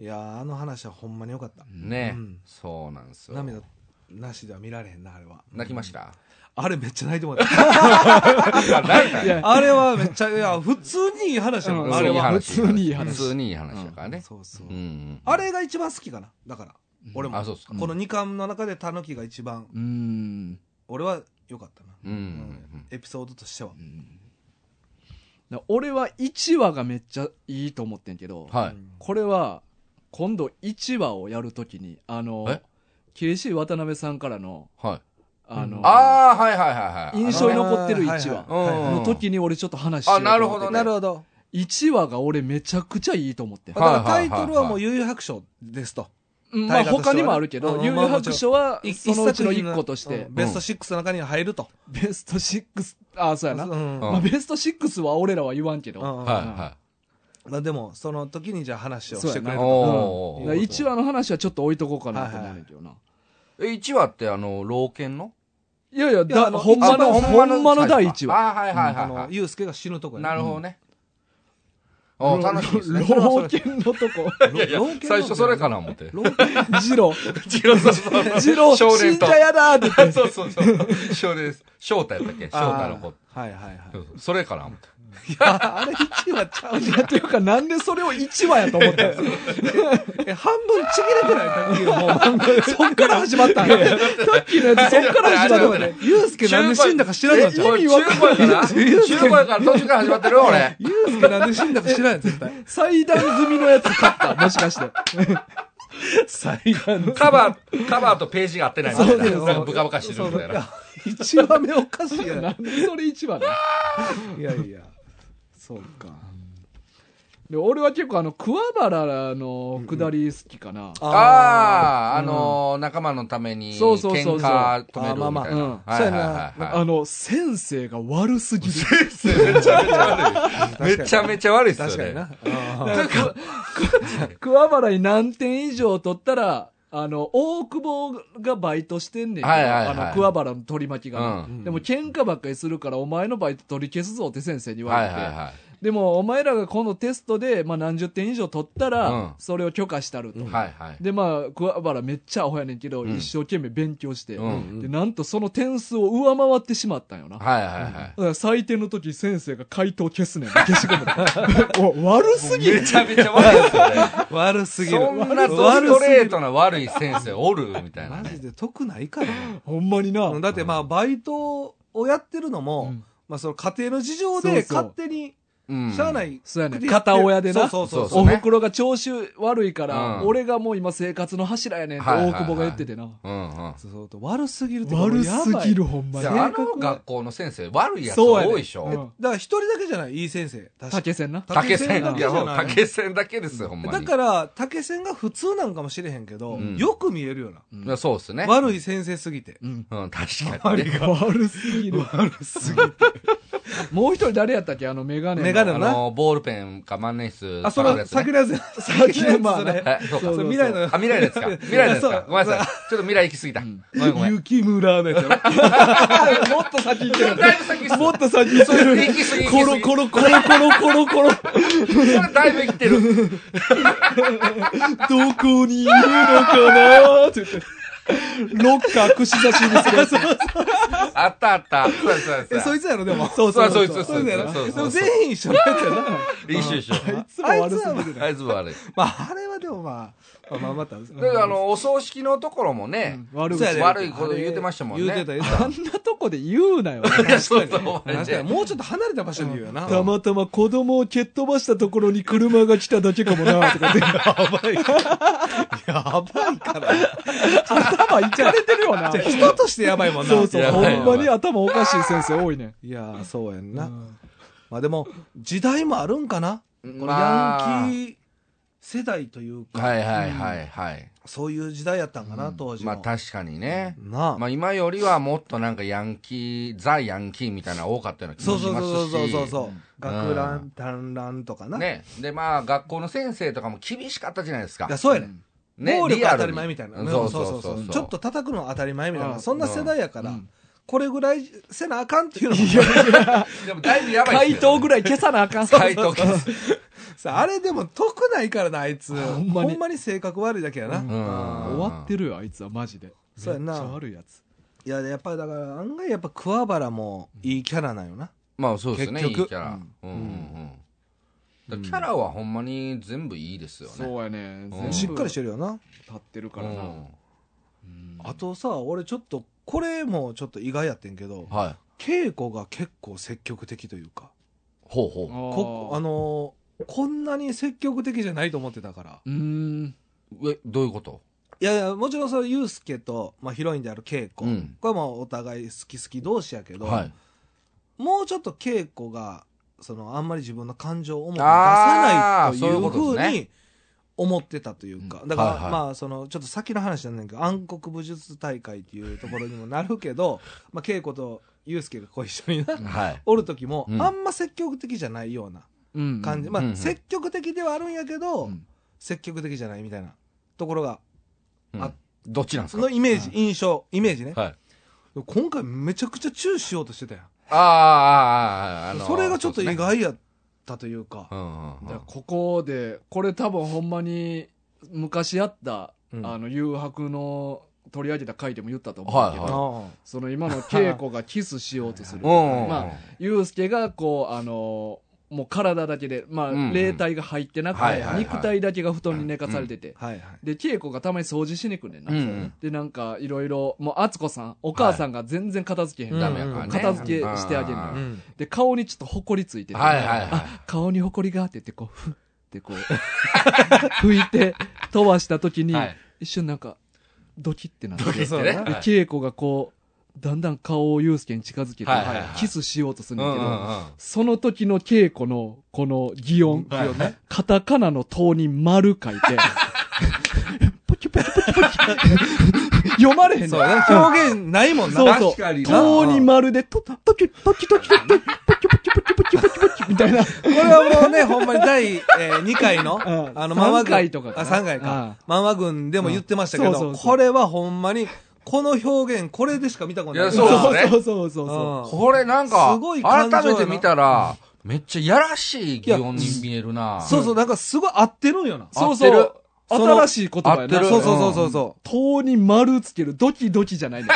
いやーあの話はほんまによかった、
ね、
うん
そうなんですよ
涙なしでは見られへんなあれは
泣き ました、
あれめっちゃ泣いても らった
あ泣いたん
い
や
や、
あれはめっちゃ、いや、普通にいい話やも、
うんん
あれは。
普通にいい話
普通にいい話だからね。
そうそう
うん。うん
あれが一番好きかな。だから、俺も。
あそうっすか
この2巻の中でタヌキが一番、
うん。
俺は良かったな。
うんうん
エピソードとしては。
だ俺は1話がめっちゃいいと思ってんけど、
うん。はい。
これは今度1話をやるときにあの
え
KC 渡辺さんからの
はい。
あの、
ああ、はいはいはいはい。
印象に
あのね
残ってる一
あ
話
ーはいはいはい
うん
の時に俺ちょっと話しようと思
あなるほどね
なるほど。
1話が俺めちゃくちゃいいと思ってん
だ
は
からタイトルはもう悠々白書ですと。
うんまあ
大河としては
他
ね
にもあるけ
う
ど
ん
幽遊白書はそのうちの
一作品
1個として
うんベスト6の中には入ると。
ベスト6ああそうやな
うん
ん
まあベスト6は俺らは言わんけ
うん
ど
うん
はいは
まあでも、その時にじゃあ話をしてく
い。
れ
そ
ると。
お
うん
ー。
1話の話はちょっと置いとこうかなと思うねんだけどな
え、一話ってあの、老犬の
いやいや
いや
だ
あの
ほんまの
あ
ほんまの第1話
あーはいはい
あ
はいは
の、ゆうすけが死ぬとこ
い。
や
な
ね
るほどね。あー楽しみですね。
老犬のとこ。
いやいや
老犬なんだよね
最初それかな思って。
老犬
ジロ
違う、そうそう
ー。ジロー、
少
死ん
年
じ
と
ゃ。やだーって言って。
そうそうそう。少年です。翔太やったっけ翔太の子。
あーはいはいはい。
そうそうそれかな思って。
いや、あれ1話ちゃうね
いや、というか、なんでそれを1話やと思ったんですか
え、半分ちぎれてない卓球もう漫画
そっから始まったんや。さっきのやつ、そっから始まったんや。
ユウスケなんで死んだか知らんのじゃん。
え意味わかんない。中盤から途中から始まってる俺。
ユウスケなんで死んだか知らんやん、絶対。
祭壇済みのやつ買った、もしかして。
最 後の。
カバー、カバーとページが合ってないみたいな。
そうそう
なんかブカブカしてるみたいな。
一話目おかしいや
な
な。
んでそれ1話だ
いやいや。そうか。
で俺は結構、あの、桑原の下り好きかな。
ああ、あのー、仲間のために、
そうそうそうそう
喧嘩止め
あ
るみたいな。
ーまあまあ
は
う
い
ん
はいはいはい
あの、先生が悪すぎる。
めちゃめちゃ悪い。めちゃめちゃ悪いっすよね。
確かにな。あー
なんか。
桑原に何点以上取ったら、あの、大久保がバイトしてんねんけど、
はいはいはい
あの、桑原の取り巻きがな、
うん
でも喧嘩ばっかりするから、お前のバイト取り消すぞって先生に言わ
は
れ
い
て。
はいは
でも、お前らがこのテストで、まあ、何十点以上取ったら、
うん
それを許可したると。
い。はいはい。
で、まあ、桑原めっちゃアホやねんけど、
うん
一生懸命勉強して、
うん
うん
で、なんとその点数を上回ってしまったんよな。
はいはい
だ
は
から採点の時、先生が回答消すねん。消しゴムでお悪すぎ
い。めちゃめちゃ悪いっすよね。
悪すぎる。
そんなドストレートな悪い先生おるみたいな
マジ
ね。
で得ないから
ほんまにな。
な。だってまあ、バイトをやってるの
う
も
ん、
まあその家庭の事情
そう
で
そう
勝手に、
うん
しゃあない。
そうやね片親でな
そうそう
そ
そうう。
おふくろが調子悪いから、
うん
俺がもう今生活の柱やねんって
はいはいは
大
い
久保が言っててな。
うんうん。
そうそうそう悪すぎるってこれ
悪すぎ
や
る、ほん
じ
ま
ゃ
に。
あ、あの学校の先生、悪いやつ
そうやね
多いでし
う
ょ
ん
ばい。だから一人だけじゃない、いい先生。確かに
竹線な。
竹
線
線、いや、もう竹線だけですよ、ほんま
だ
に。
から、竹線が普通なんかもしれへんけど、
ん
よく見えるよな。
いやそうですね。
悪い先生すぎて。
うん。
うん、確かにね。
悪すぎる。悪すぎる。もう一人誰やったっけあのメガネの。
メガ
あ
ネのな
の、ボールペンか万年筆。
あ、そ
の
の、先のやつや。 先のやつ
まあ
そ
ね
れ。
え、そうか
それ
う
未来の。
あ、未来のやつか。未来のやつ
い
か
や。そう
ごめんなさい。ちょっと未来行き過ぎた。ごめんごめん。
雪村のやつやろ
もっと先行ってる。
だいぶ先っす
もっと先行ってる。
行き過ぎ行き過ぎ
コロコロコロコロコロコロ。
それだいぶ生きてる。
どこにいるのかなって言って。ロッカー串刺しにするやつ。
あったあった。そうやそうや
え、
そ
そうい
や。
つやろ、でも。
そう
そうやそい
そう
つ
そ
そうう
だ
や
よな。
そう
で
そう
も
そう。
全員一緒のやつやな。
一緒一緒。
ういつも
あい
悪
つ
す
は
ぎ
ま
る。
あいつも 悪い。
まあ、あれはでもまあ、まあ、まあ、また。
で、あの、お葬式のところもね、
悪
そうや
口
で。
悪いこと言うてましたもんね
言うてた、言うて
あ
た。
んなとこで言うなよ。
そうそうお前
確かに、もうちょっと離れた場所に言うよな。
たまたま子供を蹴っ飛ばしたところに車が来ただけかもな、とかって。
やばいから。
頭いちゃれてるよな。
じゃあ人としてやばいもんな。
そうそう、
や
ほ
ばい
んまに頭おかしい先生多いね。
いやー、そうやんな。まあでも、時代もあるんかな。このヤンキー世代というか、
はいはいはいはい。
そういう時代やったんかな、当時
ま
の。
あ確かにね。
なあ、
まあ今よりはもっとなんかヤンキー、ザ・ヤンキーみたいなの多かったような気
そ
も
う
し
そう
ますし。
そうそうそうそう、学ラン、短ランとかな。
ね。でまあ学校の先生とかも厳しかったじゃないですか
いや、。そうやね、ん。
ね
暴力
リア
当
ル
た
に
り前みたいな。
うん
ね
そうそうそうそう。
ちょっと叩くのは当たり前みたいな。
うん
そんな世代やから、
うん
これぐらいせなあかんっていうのも、
でもだいぶやばいっす
回
よね。
答ぐらい消さなあかん。
回答消す。
さあれでも得ないからな、あい つ。ほ
ほ
ん
ん
ま
ま
に
に
性格悪いだけやな。
うん
終わってるよあいつはマジで
そうやんな
めっちゃ悪いやつ
いや、やっぱりだから案外やっぱ桑原もいいキャラなんよな。
まあそうですね、い
結
い
局
キャラ。うんうんうんだからキャラはほんまに全部いいですよね。
そうやね
うん
しっかりして
る
るよな。
立ってるか
う
らな、
ん
あとさ、俺ちょっと、これもちょっと意外やってんけど、
はい。
稽古が結構積極的というか、
ほうほ
こあ
の
のーこんなに積極的じゃないと思ってたから。
うーん
う。え、どういうこと
いやいや、もちろんそれ、ユうスケと、まあ、ヒロインである稽古、
うん
これはまあお互い好き好き同士やけど、
はい。
もうちょっと稽古がそのあんまり自分の感情を表に出さ
あ
な
ー
いと
そう
い
いう
う
こと
ふう
ですね
に思ってたというか
う
だから、
はいはい
まあそのちょっと先の話なんだけど暗黒武術大会っていうところにもなるけ どまあ稽古とユうスケがこう一緒にな、
はい。
おる時も、
うん
あんま積極的じゃないような
うん
感じ、まあ、
うんうん
積極的ではあるんやけど、
うん
積極的じゃないみたいなところが
うん
あ
どっちなんですか
のイメージ、印象イメージね、
はい。
今回めちゃくちゃチューしようとしてたやん、
ああ、あーあー、あーあのー
それがちょっと
そう
意
ですね
外やったというか
うんうんうん
だからここでこれ多分ほんまに昔あった、
うん
あの誘白の取り上げた回でも言ったと思うけど、
はい
ああ
その今の稽古がキスしようとする
うんうん
まあユースケがこうあのもう体だけで、まあ
うんうん
霊体が入ってなくて、
はいはいはい
肉体だけが布団に寝かされてて、
はいはい。
で稽古がたまに掃除しに来んねんな、
うんうん
でなんかいろいろもう敦子さんお母さんが全然片付けへん、
はい
ダメやからね。
片付けしてあげる
うんうん
ん。
で顔にちょっとほこりついてて、
はいはいはい
あ顔にほこりがあって言ってこうふってこう 拭いて飛ばした時に、
はい
一瞬なんかドキってなって
ドキッ
そう
て
だ
ね。
な
で
はい
稽古がこうだんだん顔をユースケに近づけて、
はいはいはい
キスしようとするんだけど、
うんうんうん
その時の稽古のこの擬音、
はいはい
カタカナの塔に丸書いて、ポキポキポキポキ。読まれへんねん
そうやな表現ないもんな。
そうそう。
確かにな
塔に丸で、と、とき、とき、とき、とき、ポキポキポキポキポキポキみたいな。
これはもうね、ほんまに第、えー、2回の、
ん
あの、漫画軍。
三回とかか
あ、
な
3回か。漫画軍でも言ってましたけ
うんそうそ
ど、
うそう
これはほんまに、この表現、これでしか見たことないい。
やそうですね
そうそうそうそう。
うん
これなんか
すごい、感情やな
改めて見たら、めっちゃやらしい擬音に見えるな。
そうそう、なんかすごい合ってるんよな。
そう
合ってる
そう。
その
新しい言葉や
合って
な。
る
そうそうそうそうそ
塔に丸つける。ドキドキじゃないの。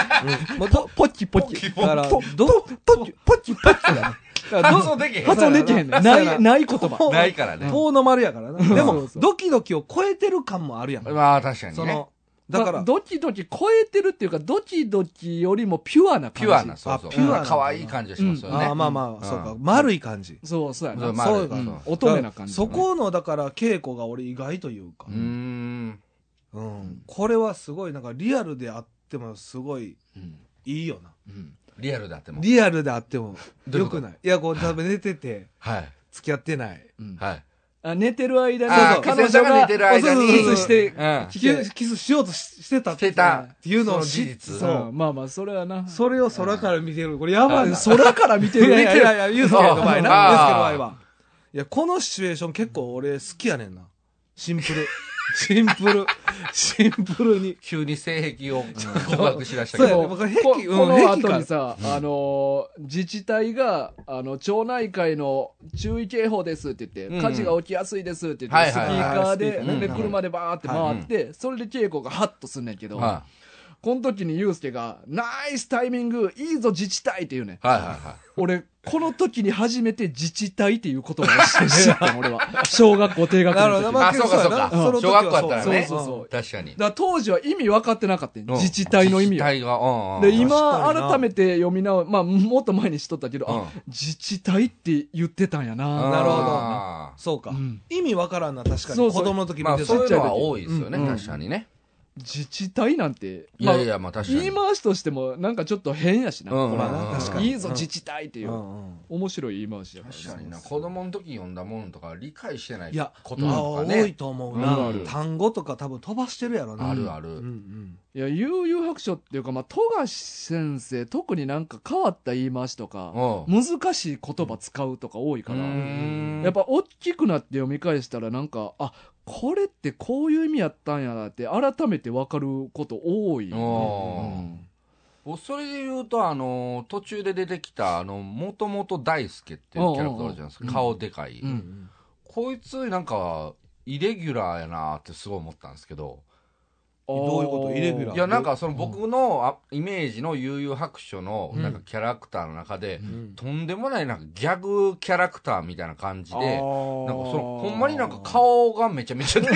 う。もう
ポ
ど
ポキポキ。
だから、ど
ポ、ポ、ポキ、ポキ、ポキだ。
だから
発
ど
想できへん。
発音できへんねん。
そ
な、
うやない
ない言葉。
ないからね。
遠の丸やからな。で
そ
も
う、そう
ドキドキを超えてる感もあるやん。
まあ確かにね。
その、だか
ま
ら
あ、ドキドキ超えてるっていうか、ドキドキよりもピュアな感じ。
ピュアな、そうそう。
あピュアな
うん可愛い感じがしますよね。
あーまあまあ、そうか、丸い感じ。
そう、そうやな。
そうまあ
そう
う
か、
ん
そう
乙女な感じ。
そ、この、だから、稽古が俺意外というか
うー、ん。
うん。これはすごい、なんかリアルであってもすごい
うん
いいよな。
うんリアルだっても。
リアルであっても
どういう
良
こと
くない。いや、こう、多分寝てて、
はい。
付き合ってない。
うん
はい。
あ寝てる間に、
あー
彼
先生
女
が
が
寝てる間に。
キスして、
うん
キスキスしようとししてたっ
しててた
っていうのを
その事
知
実
そ
そうう、まあまあ、それはな。
それを空から見てる。これやばいな。
空から 見て
いや
るや
い
ん
やいやいや、ユースケの場合な。ユースケの場
あー
合は。いや、このシチュエーション結構俺好きやねんな。シンプル。 シンプル。シンプルに。
急に性癖を告白しだした
そう
け
や
ど。
ね。僕、壁、
ここ
うん、
の
壁
後
か
に。さ、あのー、自治体が、あの、町内会の注意警報ですって言って、
うん
火事が起きやすいですって言
は
っ
い
て、スピ
はいはい
ーカー
スピー
で、
カ
ーね
で、
うん
車でバーって回って、それで稽古がハッとすんねんけど、
は
この時にユースケが、ナイスタイミング、いいぞ自治体って言うねん。
いはいは
俺、この時に初めて自治体っていう言葉を 知って知ったん、俺は。小学校低学
な
年
る
の時
ほど。
に。
ま
あそうかそうか
やな
うん
時は
小学校やったらね
そうそ
そ
う
う
そ
そうう。
い。確 かに。
だから当時は意味分かってなかったよ、
うん
自治体の意
自
味
治
を。
体が、うんうん
で、
確かにな
今、改めて読み直、まあ、もっと前にしとったけど、
うん
あ、自治体って言ってたんや
うん
な。
なるほど
あー
そうか
うん。
意味わからんな、確か
そ
に。
うそ
子
う
供の時
ま
見
あ
て
そういう
た。
のは多いですよね、
うん
確かにね。
自治体なんて、
いやいや、まあ確かに。
言い回しとしてもなんかちょっと変やしな、
うんうんうん
ほらな確かに
いいぞ自治体っていう、
うんうん
面白い言い回しやから
確かにな、子供の時読んだものとか理解してない
いや
こと
うん
あ
とか
多い
ね。
と思う
うん
な、
ある
単語とか多分飛ばしてるやろな
あるあ
う
る。
ん
いや悠々白書っていうかまあ富樫先生特になんか変わった言い回しとか、
うん
難しい言葉使うとか多いから、
うん
やっぱ大きくなって読み返したらなんかあこれってこういう意味やったんやなって改めて分かること多いよね、
おそれで言うと、あの、途中で出てきた、あの、もともと大輔っていうキャラクターあるじゃないです
うん
か。顔でかい。
うん
うん
こいつ、なんか、イレギュラーやなってすごい思ったんですけど。
あー
どういうことイレギュラー
いや、なんかその僕のあイメージの悠々白書の、なんかキャラクターの中で、
うん
とんでもないなんかギャグキャラクターみたいな感じで、なんかその、ほんまになんか顔がめちゃめちゃでか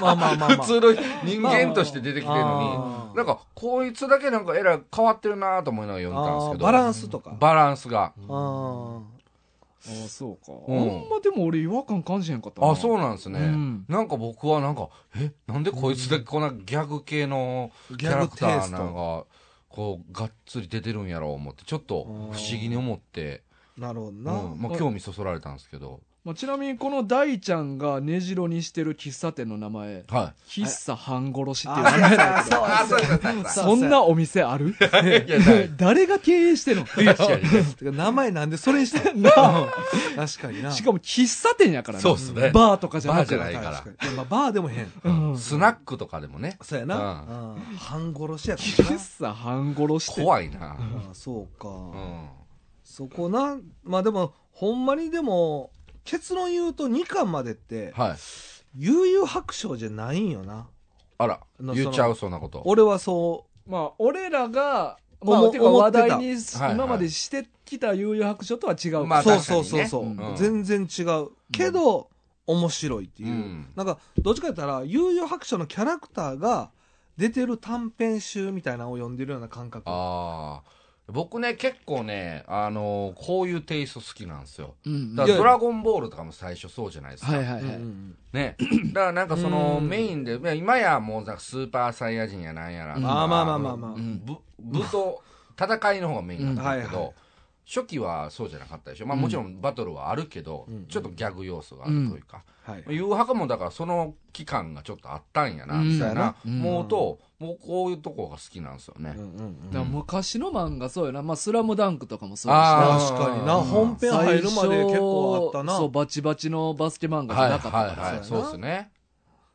まあまあまあまあ
い。普通の人間として出てきてるの
あ
に、
ー
なんかこいつだけなんかえらい変わってるなと思いながら読んでたんです
あ
け
ー
ど、
バランスとか
バランス
あ
が。
ー
あーそうか、
うん
あんまでも俺違和感感じへんかった
あ、そううなんですね。
うん
なんか僕はなんか、え、なんでこいつだけこんなギャグ系のキ
ギ
ャ
ャ
ラ
グ
クタ
テイ
ー
ス
なん
ト
か、こう、がっつり出てるんやろう思って、ちょっと不思議に思って、
なるほどな、
うん、まあ興味そそられたんですけど、
まあ、ちなみにこの大ちゃんが根城にしてる喫茶店の名前
はい。
喫茶半殺しって
あ
いう名前だ
ーそう
あ、そうですね。
そう
そんなお店あ る
いや、ない
誰が経営してんの
てか名前なんでそれにしたの確かにな
しかも喫茶店やからね
そうっすね
バーとかじゃなく
バーじゃないから
確かにいやまあバーでも変
うん
スナックとかでもね、
そうや
う
な、うん半殺しやからな
喫茶半殺しって
怖いな。
あーそうか、
うん。
そこなまあでもほんまにでも結論言うと2巻までって
はい。
悠々白書じゃないんよな
あら、
の
言っちゃうそんなこと。
俺はそ
まあ俺らがま
思
あ、てか
思っ
話
てた
題にし
はいはい
今までしてきた悠々白書とは違うから、
う、
まあ
そう
確かに
そう
ね
そうそう、
うん
全然違うけど、面白いっていう、
うん
なんかどっちか言ったら悠々白書のキャラクターが出てる短編集みたいなのを読んでるような感覚
ああ。僕ね、結構ね、あのーこういうテイスト好きなんですよ。
うん
だ
い
か
や
らドラゴンボールとかも最初そうじゃないですか。
はいはいはい、
うんうん
ね。だからなんかその
うん
メインで、いや今やもうなんかスーパーサイヤ人やなんやら。
うん
まあまあまあまあまあ、
うん
ぶ武闘、戦いの方がメインだったんだ
う
けど、
んはいは
初期はそうじゃなかったでしょ。まあもちろんバトルはあるけど、
うん
ちょっとギャグ要素があるというか。
はい
誘白もだからその期間がちょっとあったんやな、
うん
みたいな、
うん
もうと、もうこういうとこが好きなんですよね。
うんうんうん
だから昔の漫画そうよな「まあ、スラムダンクとかもそう
あ
だ
ー
確かにな、
うん
本
し
編
な
入るまで結構あっ
最
たな
初そうバチバチのバスケ漫画じ
は
ゃ
いは
ないかったから、
はい、そうですね。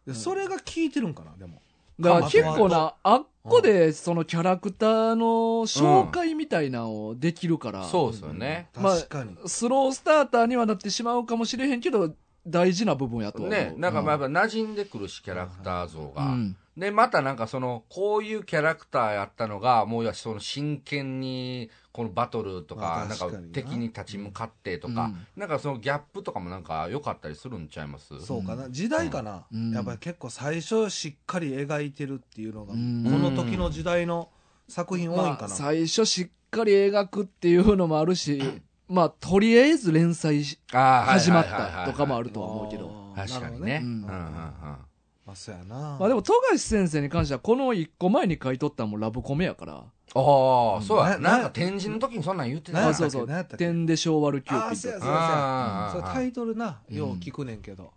でそれが効いてるんかなでも
だから結構な、あっこでそのキャラクターの紹介みたいなのをできるから、
そうですよね。
まあ
確かに、
スロースターターにはなってしまうかもしれへんけど、大事な部分やと思う。
ね、なんかまあやっ
う
ぱ馴染んでくるし、キャラクター像が。
ん
で、またなんかその、こういうキャラクターやったのが、もういやその真剣に、このバトルと
ま
か
あ、
なん
確
か
かにな
敵に立ち向かってとか、なんかそのギャップとかもなんか良かったりするんちゃいます
そうかな時代かな、
うん
やっぱり結構最初しっかり描いてるっていうのが、
うん
この時の時代の作品多いん
ま
か
あ、
な、
最初しっかり描くっていうのもあるし、まあ、とりあえず連載し
あー
始まったとかもあ
る。
るとは思うけど。
あー
確か
な
に
る
ね。
ほど
う
う
んん
うんうん
まあそうやな
まあでも、富樫先生に関しては、この一個前に書いとったのもラブコメやから、
ああ、そう
な
や。なんか展示の時にそんなん言ってた
何
な
や
あ
った
そ
っ
う
け
そう
何やったっ、け
点で昭和るキュー
あ
ピッ
ーそ
ド
う
や
やそうやそうや
あー
それタイトルな、よう聞くねんけど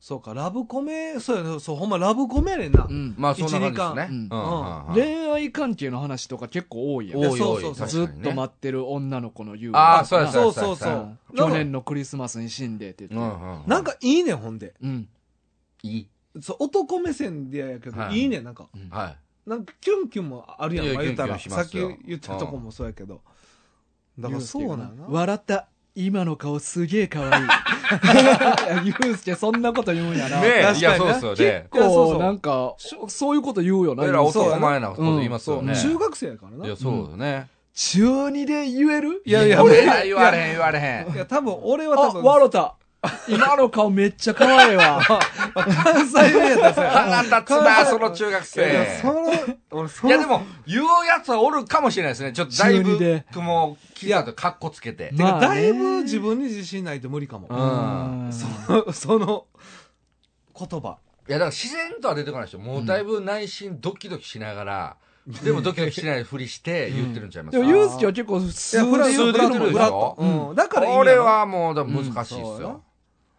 そうかラブコメそうやねそうほんまラブコメやねんな、
うん
まあ、そんな感じですね。
一二
うんうんうんうん
恋愛関係の話とか結構多いやん
多い
そう
多
そう
い。
そう
確
ず
か
っ
に
と
ね
待ってる女の子の言う
ああ、そうや、
そう
や
そう
や
そう
や
うん去年のクリスマスに死んでって
うんう
言って。
んうん。
なん、かいいねんほんで
うん。
いい。
そう男目線でやけど、
はい
い、いねんなんか
は
なんかキュンキュンもあるや
い
ん
や
まあ言うたら
キュンキュ
さ
ンしま
っ
す
き
よ
言ってたとこもそうやけどだからそうなのな
笑った。今の顔すげえ可愛い。いやゆうすけそんなこと言うんや
い。
な。
確
ね
か
え、
に
いや、そうですよね
結。
いやそうそ
構
う
なんか、そういうこと言うよな。
えらい
ゆうすけ
男前なこと言いますよね。
うん
中学生やからない
や、そうですね。
中二で言える
いやいや
俺
俺
は言われへん、言われへん。
いや多分俺は
あ、
多分
笑った。今の顔めっちゃ可愛いわ。
関西弁やったら
腹立つな、その中学
そうやい
生
や。その俺そ
い
の
や、でも、言うやつはおるかもしれないですね。ちょっとだい
中二
ぶ
で、
もう、聞いたとかっこつけて。
てか
まあ
だ
ね
いぶ自分に自信ないと無理かも
うん。
うん
そのその言葉
いや、だから自然とは出てこないでしょ。もうだいぶ内心ドキドキしながら、でもドキドキしないふりして言ってるんちゃいます
で
か、
もユースケは結構普
いや、
通
フラ
で
ッ
言っ
ト、フ
て
ラ
るも
ッ
ん
ト、
ね
フラット。
うん
うん。だからいいんや
こ
ろ
れ。はもうだから難しいっす
うんそうよ
よ。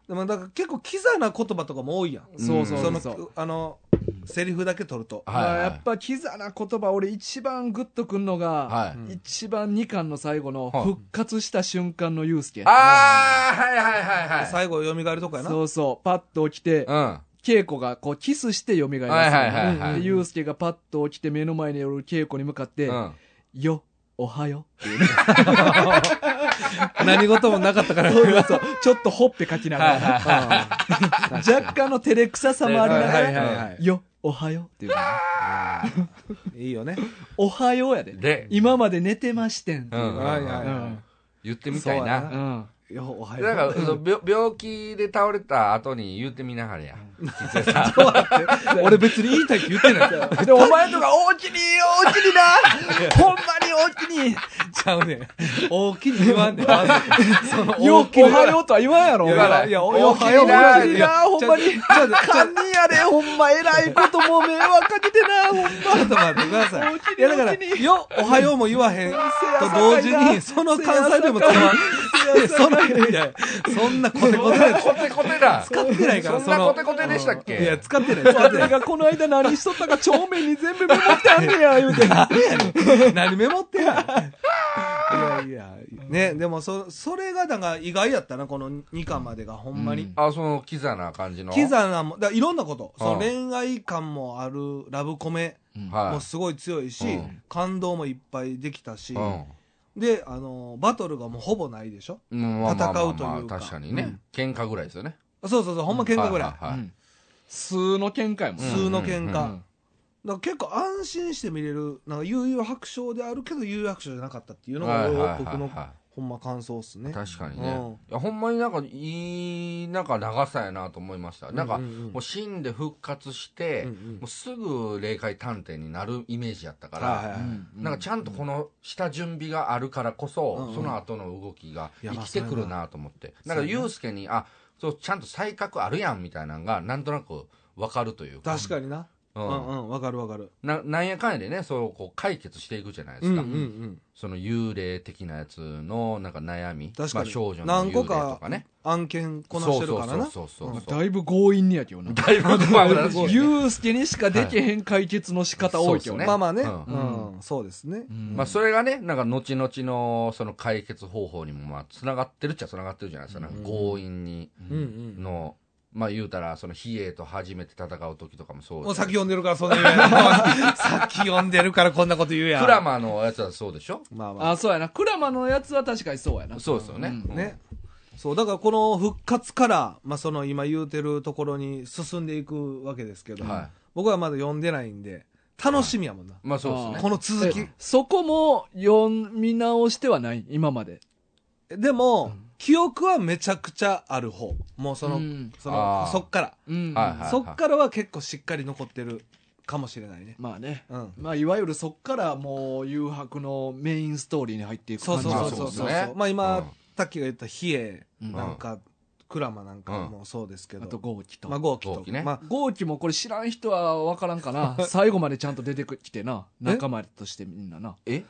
でもなんか結構キザな言葉とかも多いやん。
そうそう
そ
そうそう
の、あの、セリフだけ取ると。
はいはい
まあやっぱキザな言葉俺一番グッとくんのが、
はい
うん
一番2巻の最後の
はい
復活した瞬間のユースケ、
あー、はいはいはいはい。
最後、蘇るとかやな。
そうそうパッと起きて
うん。
稽古がこうキスして蘇ります、
はいはいはいはい
でユースケがパッと起きて目の前に寄る稽古に向かって「
うん。
よおは よう」
何事もなかったから。
そうちょっとほっぺかきながら、うん若干の照れくささもありながら「
はいはいはい
はい
よおはよう」っていうか
いいよね。
「おはよう」やで
で、
今まで寝てましてんっていうう、
ん
はいはい
うん
は
言ってみたい
そうや
な
う
な。
ん
い。よ、おはよう。
なんか、その病病気で倒れた後に言ってみながらや。実際さ、
俺別に言いたいって言ってない。
で、お前 とか、おうちに、おうちにな ほんまにおうちに
ちゃうねん。大きいに言 わんで、ね、まず。その
よ
大きい
おはようとは言わんやろ、
い
お
やいや、
前。
いや、
大きい
お
な
はよう
いやほんまに
ちょちょちょ
堪忍やで、ほんま、偉いことも迷惑かけてな、ほんま。
ちょっと待ってください。いや、だから、よ、おはようも言わへんと同時に、その関西でも使わん。いや、その、いや、そんなコテコテなやつ
コテコテだ。
使ってないから、
そんな
の
コテコテでしたっけ
いや、使ってない、使ってな
俺がこの間何しとったか、帳面に全部メモってあんねや、言うて。
い。何メモってんのいやいや、ね、でも、そ、それが、だから意外やったな、この2巻までが、ほんま
うん
に。
あ、その、キザな感じの。
キザなも、だからいろんなこと。そ
うん
の恋愛感もある、ラブコメ
は
もすごい強いし
うん、
感動もいっぱいできたし
い。、うん。
で、あの、バトルがもうほぼないでしょ
うんまあまあまあまあ
戦うというか
確かにね。喧嘩ぐらいですよね。
そうそうそう、ほんま喧嘩ぐらい。
はいはいはい
数の見解も
うん
ね。
数の喧嘩。
う
だから結構安心して見れる、なんか悠々白書であるけど悠々白書じゃなかったっていうのが
はいはいはい
俺
はい
僕のほんま感想っすね。
確かに
うん
ね。いや、ほんまになんか、いい、なんか長さやなと思いました。なんか、
うんうんうん
もう死んで復活して、
うんうん
もうすぐ霊界探偵になるイメージやったから、
はいはいはい
なんかちゃんとこの下準備があるからこそ、
うん
その後の動きが
いや
生きてくるなと思って。なんか、ゆうすけに、あ、そう、ちゃんと才覚あるやんみたいなのが、なんとなくわかるというか。
確かにな。
う
うんんうん、わかるわかる。
ななんやかんやでね、そう、こう、解決していくじゃないで
うんうん
すか。
うん。
その幽霊的なやつの、なんか悩み。
確
ま
か
あ、
に。
少女の幽
何
霊
個
と
か
かね。
案件こなしてるからな。
そうそうそうそう。
だいぶ強引にやけどな。
だいぶ怖くなるし
ユースケにしかできへん解決の仕方多いけど
そうっすね
ね
ま。あまあね。
うん
うん、そうですね。
うん
まあ、それがね、なんか、後々の、その解決方法にも、まあ、つながってるっちゃつながってるじゃないですか。なんか強引に。
うんうん。
の、まあ言うたら、その比叡と初めて戦う時とかもそう
もう
で
先読んでるからそんな言うやん。 さっき読んでるからこんなこと言うやん。
クラマーのやつはそうでしょ
まあまあ。
あ、そうやな。クラマのやつは確かにそうやな。
そうですよね。
うん
うん
ね。そう、だからこの復活から、まあその今言うてるところに進んでいくわけですけど、
は
僕はまだ読んでないんで、楽しみやもんな。
まあそうですね。
い
この続き
え。そこも読み直してはない、今まで。
でも、記憶はめちゃくちゃある方。もうその、
うん
そ
あ
の
ー、
そっから、
うん
はいはいはい
そっからは結構しっかり残ってるかもしれないね。
まあね。
うん。
まあ、いわゆるそっからもう、誘白のメインストーリーに入っていく
そ
感
う
じ
そうそうそうそう
まあそ
う。
ですね
まあ今、
うん
タッキーが言った比叡
うん
なんか、クラマなんかもそうですけど、
あと、豪輝と。
まあ豪輝
豪
と。
輝ね
まあ
豪輝もこれ知らん人は分からんか な。最後までちゃんと出てきてな。
え
仲間としてみんなな。
え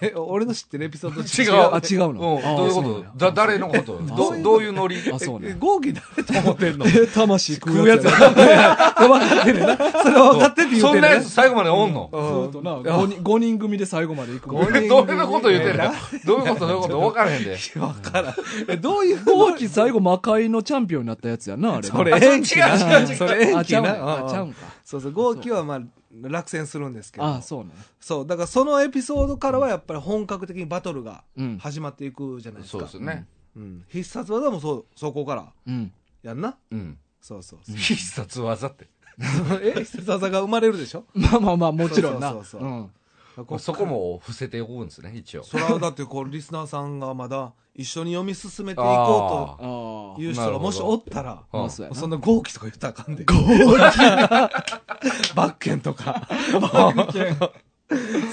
え俺の知ってるエピ ソード
違う。
あ、違う
うん、
の。あ
どういう
そ
こと
なんや
だ、誰のこと
そう
ど
なんや
どういうノリ
あ、そうね。
合気誰と思ってんの
え、魂食
食
う
う
や
や
つ
つ
や
や
な。
分かってるな。 それは分かってって言う
そ
て
ん
る
な
ね
やつ。最後までおんの
そうとな、5人、五人組で最後まで行くもん
五人
どういうこと言うてんの
え
どういうことどういうこと分からへ んで。
分からん。え、どういう
豪輝最後魔界のチャンピオンになったやつやな、あれ。
それ
あそう
延期な。
違う違う違う
それ延
あ、
期
ちゃうね
な。
あ、
う
ちゃうんんか。
そうそう、合気はまあ、落選するんですけ
あ、
ど。
そうね。
そう、だからそのエピソードからはやっぱり本格的にバトルが
うん。
始まっていくじゃないです
そうで
か
す。ね。
うん必殺技もそう、そこから。
うん。
やんな。
うん。
そうそうそう。
必殺技って。
え、必殺技が生まれるでしょ
まあまあまあ、もちろんな。。
そうそうそうそうん
まあそこも伏せておくんですね、一応。
それはだってこうリスナーさんがまだ一緒に読み進めていこ
あ
う
あ
とい。う人がもしおったら
あ
まあ、そうやな。
そんな豪気とか言ったらあかんで豪気バッケンとか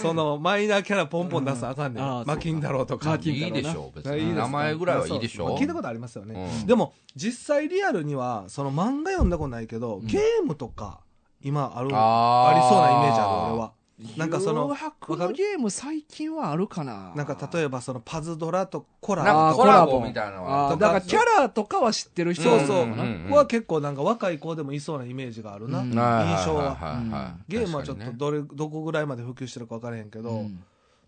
そのマイナーキャラポンポン出すあかんね
うんあ
ん
あ。
マキンだろうとか。
マキン
いいでしょう、別
いいで
に。
すか
名前ぐらいはいいでし
ま
ょ
あ聞いたことありますよね。
うん
でも、実際リアルには、その漫画読んだことないけど、ゲームとか、今ある、
あ
あ
ー
りそうなイメージある、俺は。なんかその
誘惑のゲーム最近はあるかな
なんか例えばそのパズドラとコラ
なん
ボ
かコラボみたいなのは
あ
と
ー
か
だからキャラとかは知ってる人
そうそう、
うんうんうんうん
は結構なんか若い子でもいそうなイメージがあるな、
うん
印象
はいはい
は。
はいはい
ゲームはちょっと
確かにね
どれ、どこぐらいまで普及してるか分からへんけど、
うん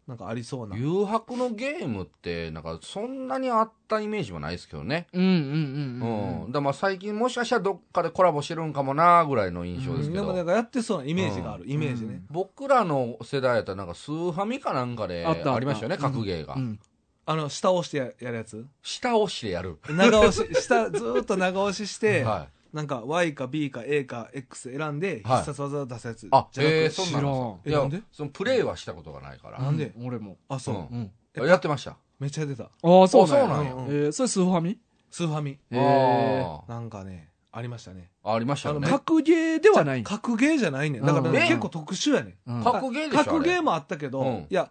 なんかありそうな。
誘惑のゲームって、なんかそんなにあったイメージもないですけどね。
うんうんう
う
んうん
ん。だからまあ最近もしかしたらどっかでコラボしてるんかもなぐらいの印象ですけ
でもな
ど
ん。かやってそうなイメージがある、イメージね。
僕らの世代やったらなんかスーファミかなんかで
あったあった
ありましたよね、格ゲーが
う。ん
あの、下押してややるやつ
下押してやる。
長押 し、下、ずーっと長押しして、
はい。
なんか Y か B か A か X 選んで、
はい
必殺技を出すやつ。
あ、
じゃなく
えー、そんなんです
知らんえな
か
ん
い
で
や、そのプレイはしたことがないから。
なんで
俺も
あ、そう、
うん
うん
やってました。
めっちゃ出た。
ああそう
あそう
な
なん
や
んや
えーそれスーファミ
スーファミ。
えー
あ
なんかね、ありましたね。
ーありましたよね。
格ゲーではない
格ゲーじゃないねんだからね、
うん
結構特殊やねん
うん
か格ゲーでしょ
格ゲ
あ
ー
れ
もあったけど、
うん
いや、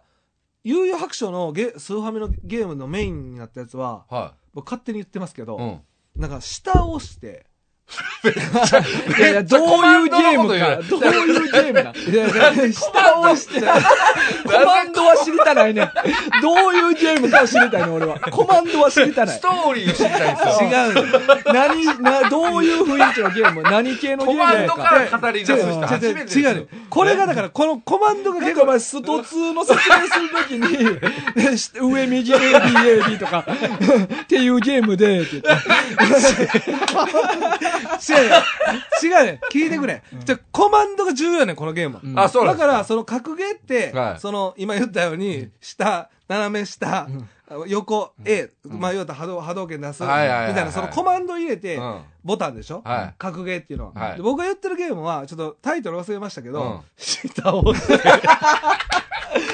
悠々白書のゲスーファミのゲームのメインになったやつは、
は
僕勝手に言ってますけど、
い。うん。
なんか下を押して、
いやいやどういうゲーム
めっちゃ
かどういうゲームだ
いやいやいや
下を押してコマンドは知りたないねどういうゲームかを知りたいね俺はコマンドは知りたない
ストーリー知りたいんですよ。
違うの。
何などういう雰囲気のゲーム何系のゲ
コ
ーム
マン
や
ド
か
から語り出す人
違う
初
違
めて
う
ですよ
違うね。これがだから、このコマンドが
なん
結
かお
構、
前、スト2の説明するときに、し上右 ABAB とか、っていうゲームで、って言って
違うね。違うね。聞いてくれ。じゃあコマンドが重要やねんこのゲームは。
あ、 そうな
だ
んです
から、その格ゲーって、
はい
その、今言ったように、下、斜め下、横、A、まあ言うたら波動波動拳出す、み
はいはいはいはい
たいな、そのコマンド入れて、
うん
ボタンでしょ、
はい
格ゲーっていうのは、
はい
で僕が言ってるゲームは、ちょっとタイトル忘れましたけど、
うん
下を押して、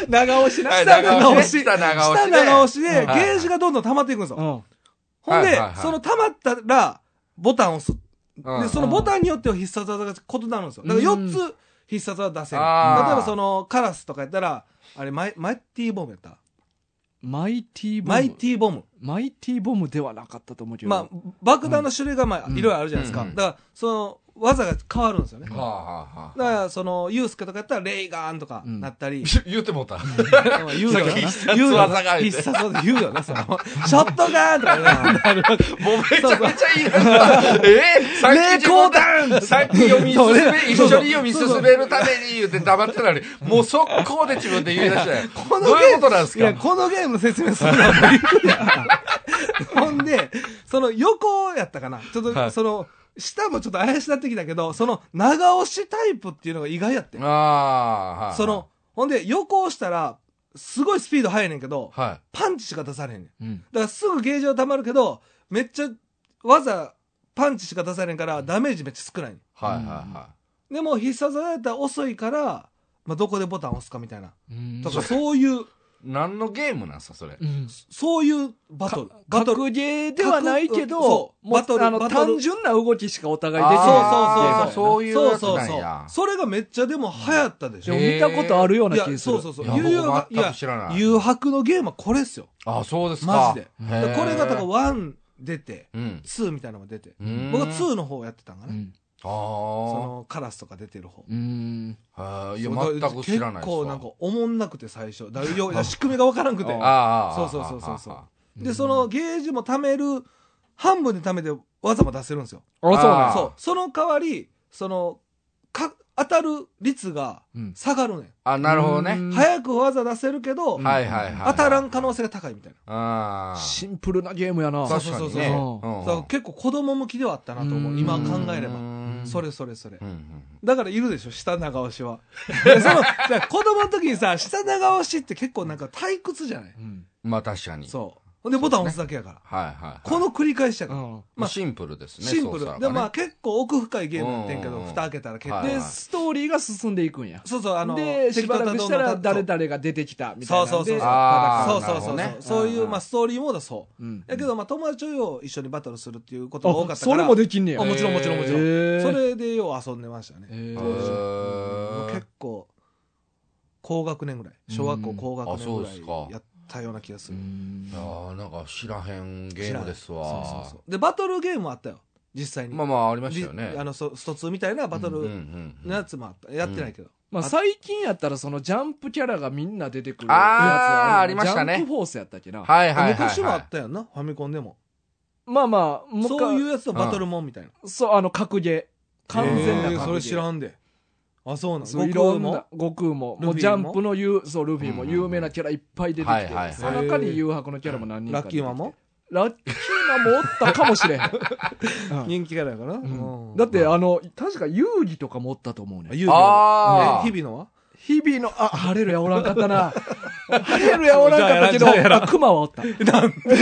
長押しな。
はい
下長押し、
下長押し
下
ね
長押しで、ゲ
はい
ージがどんどん溜まっていくんです よ。
うん。
ほんで、
はいはいはい
その溜まったら、ボタンを押す。
うん
で、そのボタンによっては必殺技が異なるんですよ。だから
うん
4つ必殺技出せる。例え
あー
ばその、カラスとかやったら、あれ、マイ、マイティーボムやった。
マイティーボム。
マイティーボム。
マイティーボムではなかったと思うけど。
まあ、爆弾の種類が、まあ、
うん
いろいろあるじゃないですか。
うん
だから、その、技が変わるんですよね。
はあはあ はあ
だから、その、ユースケとかやったら、レイガーンとかなった り。
言うてもうた。
まあ言うよな。
さっき必殺
言うよ
技
な。
が言うて
必殺技言うよな、その。ショットガーンとかな。
もうめちゃめちゃいいやつだ。 えー、さっき自分でさっき読み進
そうね
め、一緒に読み進めるために言って黙ってたのに、もう速攻で自分で言い出したよ。
この
どう
ゲ
い
ーム
う ことなんです
いや、
か
このゲームの説明するのは無理や。 ほんで、その横やったかな。ちょっと、
はい
その、下もちょっと怪しなってきたけど、その長押しタイプっていうのが意外やってん。
ああ、はい。
その、、ほんで横押したら、すごいスピード速いねんけど、
は
パンチしか出されへんねん。だ
うん。
からすぐゲージは溜まるけど、めっちゃ技、パンチしか出されへんから、ダメージめっちゃ少ないねん。
い。はいはいは
でも必殺技やったら遅いから、まあ、どこでボタン押すかみたいな。
うん
とか、そういう、
い。何のゲームなんですか、それ。
うん
そういうバトル。バトル。
格ゲーではないけ
格
ど
そ、う
も
バト
う、
ル
あの、
バトル
単純な動きしかお互いでき
あ
な
ー
い。
そういうやつ
そうそう
なん
そう
や
それがめっちゃでも流行ったでしょ
でも見たことあるようない気
や
がする。
そうそうそう
いや
誘惑
僕全く知らない
誘白のゲームはこれっすよ
ああ、そうです
マ
か。
ジで
へ
だ
ー
からこれがだから1出て
うん。
2みたいなのが出て
うん
僕は2の方やってたんか
う
な、
ん。
あ
そ
ー
のカラスとか出てる方
うん。
あー。いや、
そうだ
全く知らない
結
です
構
わ
なんかおもんなくて最初だ よ仕組みがわからんくて
ああ。
そうそうそうそうそう
あ
でそのゲージも貯める半分で貯めて技も出せるんですよ
あ、そうなん
あ
や
そうその代わりそのか当たる率が
うん
下がるねん
あ、なるほどね。
うん
早く技出せるけど、
はいはいはい。
当たらん可能性が高いみたいな。
ああ。
シンプルなゲームやな。
そう
確かに
そうそう
ね。
そう
うん
だから結構子供向きではあったなと思
う
う。
ん
今考えれ
う
ば。
ん
それそれそれ
う。んうん
だからいるでしょ、下長 押しは。でその、じゃあ子供の時にさ、下長押しって結構なんか退屈じゃない
うん。
まあ確かに。
そう。ほんでボタン押すだけやから。
はいはいはい。
この繰り返しや
う
から。
ん。
まあ
シンプルですね。
シンプル。で、まあ
あ、
結構奥深いゲームやってんけ
う
ど、
ん
蓋開けたら結
は
構。
いはい
で
で、ストーリーが進んでいくんや。
そうそう、あの、
で、しばらくしたら誰
だ
々が出てきたみたい
そ
な
うん
で。
そうそう。
あー
そうそうそうそ
なるほどね
う。そういうう、
ん
まあストーリーもだそう。
うん
やけど、まあ、友達を一緒にバトルするっていうことが多か
あ、
ったから。
それもできんねや。
あもちろんもちろんもちろん。
へー
それでよう遊んでましたね。
へー
当時
へー
結構、高学年ぐらい小学校高学年ぐら
あそうです
い
か
やったような気がする
あーなんか知らへんゲームです
そう
わ
そうそうでバトルゲームあったよ実際に
まあまあありましたよね
じあのそスト2みたいなバト
うんう
ル
んうん
のやつもあったやってないけど、
まあ、最近やったらそのジャンプキャラがみんな出てくるやつ
あーありましたね
ジャンプフォースやったっけな、
はいはいはい、はい、
昔もあったやんなファミコンでも
まあまあもう一
そう
回
い
そう
うやつのバトルもんみたいな、
あの格ゲー完全な
へ
格ゲ
ー
ー
それ知らんであそうなの
そうい
僕
ろん
も
な悟空も
ル
も
フィも
うジャンプの有そうルフィも
うん
有名なキャラいっぱい出てきて、
はいはいはい
その中に誘惑のキャラも何人か
ラッキーマンも
ラッキーマンもおったかもしれへん、うん
人気キャラやからな、
うん
うん
だってあの確か遊戯とかもおったと思うね
あ遊戯
あ
王
ー
え日 々のは
日々の、あ、晴れるやおらんかったな。晴れるやおらんかったけど、
じゃあやら
あ熊はおった。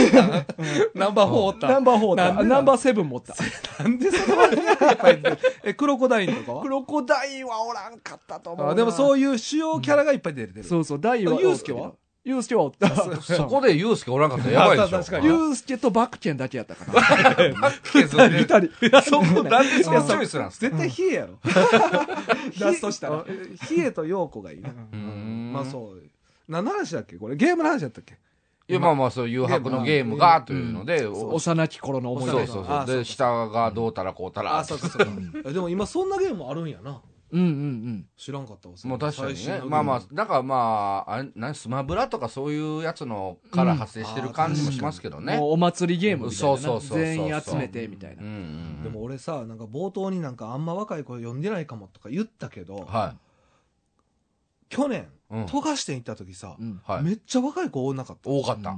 ナンバー4おっ
ナ
た
ンバー4おった。
なんで
あナンバーセブンもおった。
なんでその割にいっぱい出てるえクロコダインとかは
クロコダインはおらんかったと思うな。
あでもそうういう主要キャラがいっぱい出てる、
そうそう、ダイは。
ユウスケは
ユウスケはおった。
そこでユースケおらんかったらやばいでしょ。
あ確かに
ユウスケとバクチェンだけやったかな。
ユースケ
二 人。
そこなんでそのチョイスなんですか
絶対冷えやろ
ラストしたら
冷え冷えと陽子がいいな
うん
まあそう何の話だっけこれゲームの話だったっけ
いや、まあまあ、そう、誘惑のゲームが、というので、おそう
幼き頃の思い
そう
出。
そう
あ。そう
で、下がどうたらこうたら
あ。そうかそうかでも今そんなゲームあるんやな
うんうんうん。
知らんかったわそれ
もう確かに
最新の
ね
ゲー。ム
まあまあ、だからまあ、あれ、なんスマブラとかそういうやつのから発生してる感じもしますけどね。
もうお祭りゲームみたいなな。
そうそうそうそう
全員集めてみたい
うん
な
う。ん。
でも、俺さなんか冒頭になんかあんま若い子呼んでないかもとか言ったけど、
は
去年
い。うん。
富樫店行った時さ、
うん
はい
めっちゃ若い子多なかった
多かった。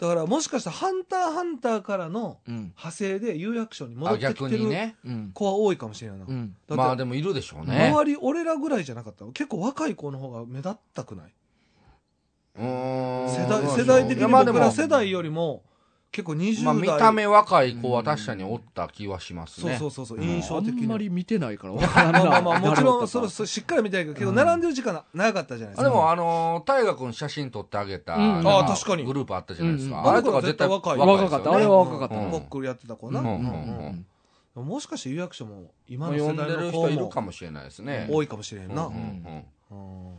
だからもしかしたら「ハンターハンター」からの
うん。
派生で有楽町に戻
あ、
ってき
逆
て
に
る
ね。
うん。
子は多いかもしれないな、
うん。
だって
まあでもいるでしょうね。
周り俺らぐらいじゃなかったの結構若い子の方が目立ったくない
うーん
世代世代的
いや
に
まあで
僕
も
ら世代よりも結構20代、
まあ見た目若い子は確かにおった気はします
そう
ね。
そうそうそう
うん
印象
あ
的に
んまり見てないから分からん
まあ
な。
まあまあもちろんそ
誰おったか
ろそろしっかり見たいけどけど並んでる時間な長かったじゃないです
あ
か
でも、あのー、大河君写真撮ってあげた、
うん
なん
あ確かに
グループあったじゃないです
う
か。
ん
あれとか絶対
あの子は絶
若
対
です
かっ
よね
た。あれは若かった
う
な。
ん
コックルやってた子な、
うんうん
もしかして有役所も今
ま
の世
あ呼んで
代の
る
子
人いる
も
かもしれないですね。
多いかもしれんな、
うんうんうん
うん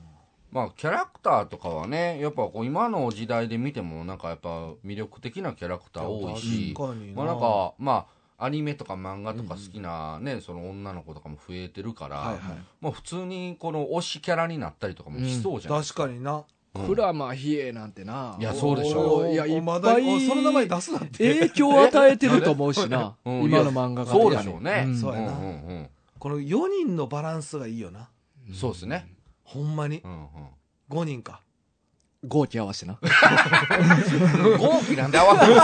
まあ、キャラクターとかはね、やっぱこう今の時代で見ても、なんかやっぱ魅力的なキャラクター多いし、
確かに
まあなんか、まあ、アニメとか漫画とか好きなね、その女の子とかも増えてるから、
はいはい
まあ普通にこの推しキャラになったりとかもしそうじゃないです
確かにな
か。
クラマヒエなんてな。
いやそうでしょ
おいや、いっ
ま
ぱ
だ
い。
その名前出すなって
影響を与えてると思うしな。
うん
今の漫画が。
そうでしょうね。
ん
そうやな
うんうん
この4人のバランスがいいよな
うんそうですね。
ほんまに
うんうん。
5人か
合気合わせな。
合気なんで合わせる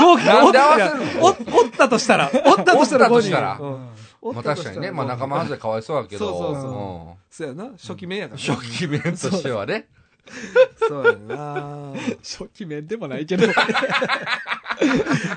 同期
なんで合わせるの
おおったとしたら おったとしたら5
おったとしたら
人うんお
ま
っ
あ
たと
確
したら
かにね、まあ
五人
仲間外れかわいそうだけど、
そうそうそう
うん
そうやな初期面やからな
初期面としてはね。
そうやな
初期面でもない けど。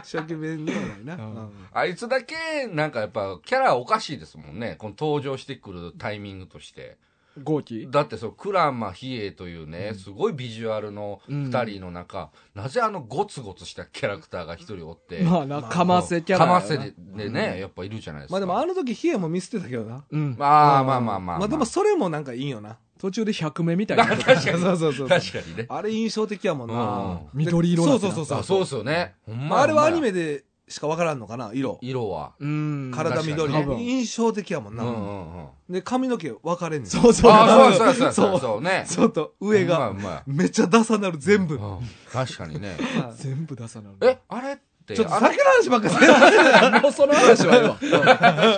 初期面ではないなうん
あいつだけ、なんかやっぱ、キャラおかしいですもんね。この登場してくるタイミングとして。
合気
だって、そう、クラマ、ヒエというね、すごいビジュアルの二人の中、なぜあのゴツゴツしたキャラクターが一人おって、
まあな、かませキャラや
か
な。
ませででね、やっぱいるじゃないですか。
まあでもあの時ヒエも見捨てたけどな
うん。
まあまあまあまあ。
まあでもそれもなんかいいよな
途中で100目みたいな。
そうそうそう
確かにね。
あれ印象的やもんな
う
緑色にな
そう
って
そう
な
そうそ
あ
う
そうですよね。ほん
まあ、
ま
あれはア
ほん
ニ
まや
メでしか分からんのかな色
色は。
うん。
体緑
確か
に
印象的やもん
う
な、
んうんうん。
で髪の毛分かれんねん
そうそう。
ああ、そうやそうやそうやそうね。
ちょっと上
う
が
まいうまい
めっちゃダサなる全部、
うん確かにね。
はい
全部出さなる。
え、あれって、
ちょっと
あれ
酒の話ばっかりしてる
もうその話はいいわ。
確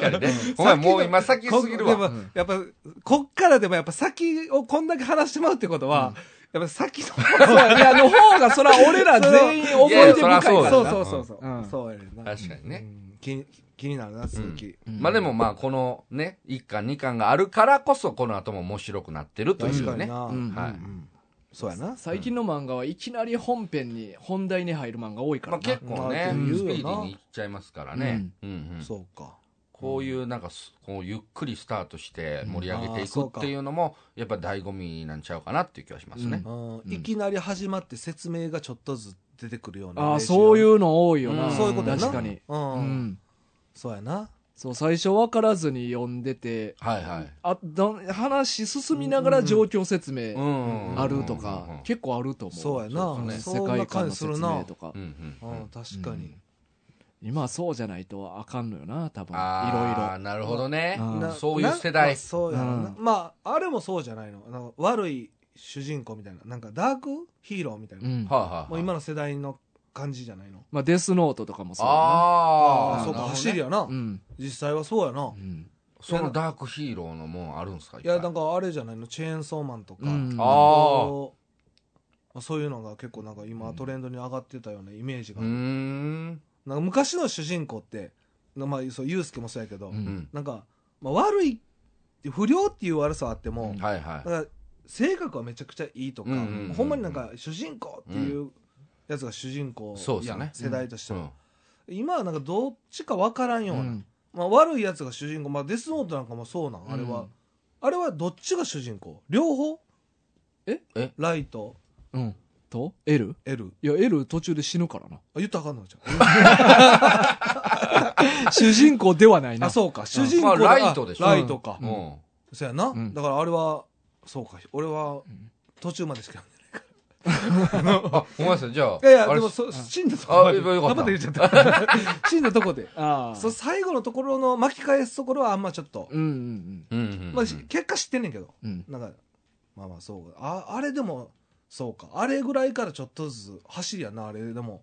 かにね。お前もう今先
こ
すぎる
で
わ。
もやっぱこっからでもやっぱ先をこんだけ話してまうってことは、やっぱ先の
そういや、の方が、そら俺ら全員思い出深いからな。
いやいやそら
そう
だ
そうそうそう、
うん
そうやねんな
確かにね。
うん気に気になるな続き、
まあでもまあこのね、1巻2巻があるからこそこの後も面白くなってるとい
確か
う
に
ね。
な、
うん
はい
うんそうやな
最近の漫画はいきなり本編に本題に入る漫画多いか
ま
ら
あ
な、
結構ね、
うん
スピーディーにいっちゃいますからね。うんうん
そうか
こういうなんかす、こうゆっくりスタートして盛り上げていくっていうのも、やっぱ醍醐味なんちゃうかなっていう気はしますね。
うんいきなり始まって説明がちょっとずつ出てくるような、
ああそういううの多いよな、
うん
そういうことやな
確かに
う
うんん、
そうやな
そう、最初分からずに読んでて、
はいはい。
あだ話進みながら状況説
う
明
ん。
あるとか、結構あると思う。
そうやな
ね
そんな
世界観の説
感じするな
明とか
う。んうん。
うん、確かに。
今はそうじゃないとあかんのよな、多分。い
ああ、
ろ
なるほどね
うん。
な
そういう世
なん
代
か。そうやろな、
う
まあ、あれもそうじゃないの。なんか悪い主人公みたいな。なんかダークヒーローみたい
いろ。う
な。
ん。
はいはい。
もう今の世代の感じじゃないの。
まあ、デスノートとかもそうやな。
あ
あ
あ、
あ、そうか、走り
や。
やな、
うん。
実際はそうやな。
うん。
そのダークヒーローのもんあるんですか
いや、なん
か。
かあれじゃないの。チェーンソーマンとか。
うん
あ
あそういうのが結構なんか今トレンドに上がってたようなイメージが、
うーん。
なんか昔の主人公って、まあ、そうユースケもそうやけど、
う
うんん。
なんか、まあ、悪い不良っていう悪さはあっても、
うん
はいはい。
なんか性格はめちゃくちゃいいとか、
うんうんうん
ほんまになんか主人公っていうやつが主人公
そうっす
や
よ
ん、
ね
世代として
う
は、
ん
今はなんかどっちか分からんような、
うん
まあ、悪いやつが主人公、まあ、デスノートなんかもそうなんあれは、
うん
あれはどっちが主人公両方
え
え
ライト
うん。と ?L?
L
いや、L 途中で死ぬからな。
あ言ったらあかんのじゃん
主人公ではないな。
あそうか主人公だ
まあライトでしょ
ライトか、
うん。
そやな、
ん
だからあれはそうか俺は途中までしか
あ、ごめんなさい、じゃあ。
いやいや
あ
で
れ
もそ死んだと
あ
まで
よか
頑
った
張って言っちゃった死んだとこで
ああ。
そう最後のところの巻き返すところはあんまちょっと、
うんうん
うんうんうん。
まあ、し結果知ってんねんけど
うん。うん。
なんかまあまあそうかああれでもそうかあれぐらいからちょっとずつ走りやなあれでも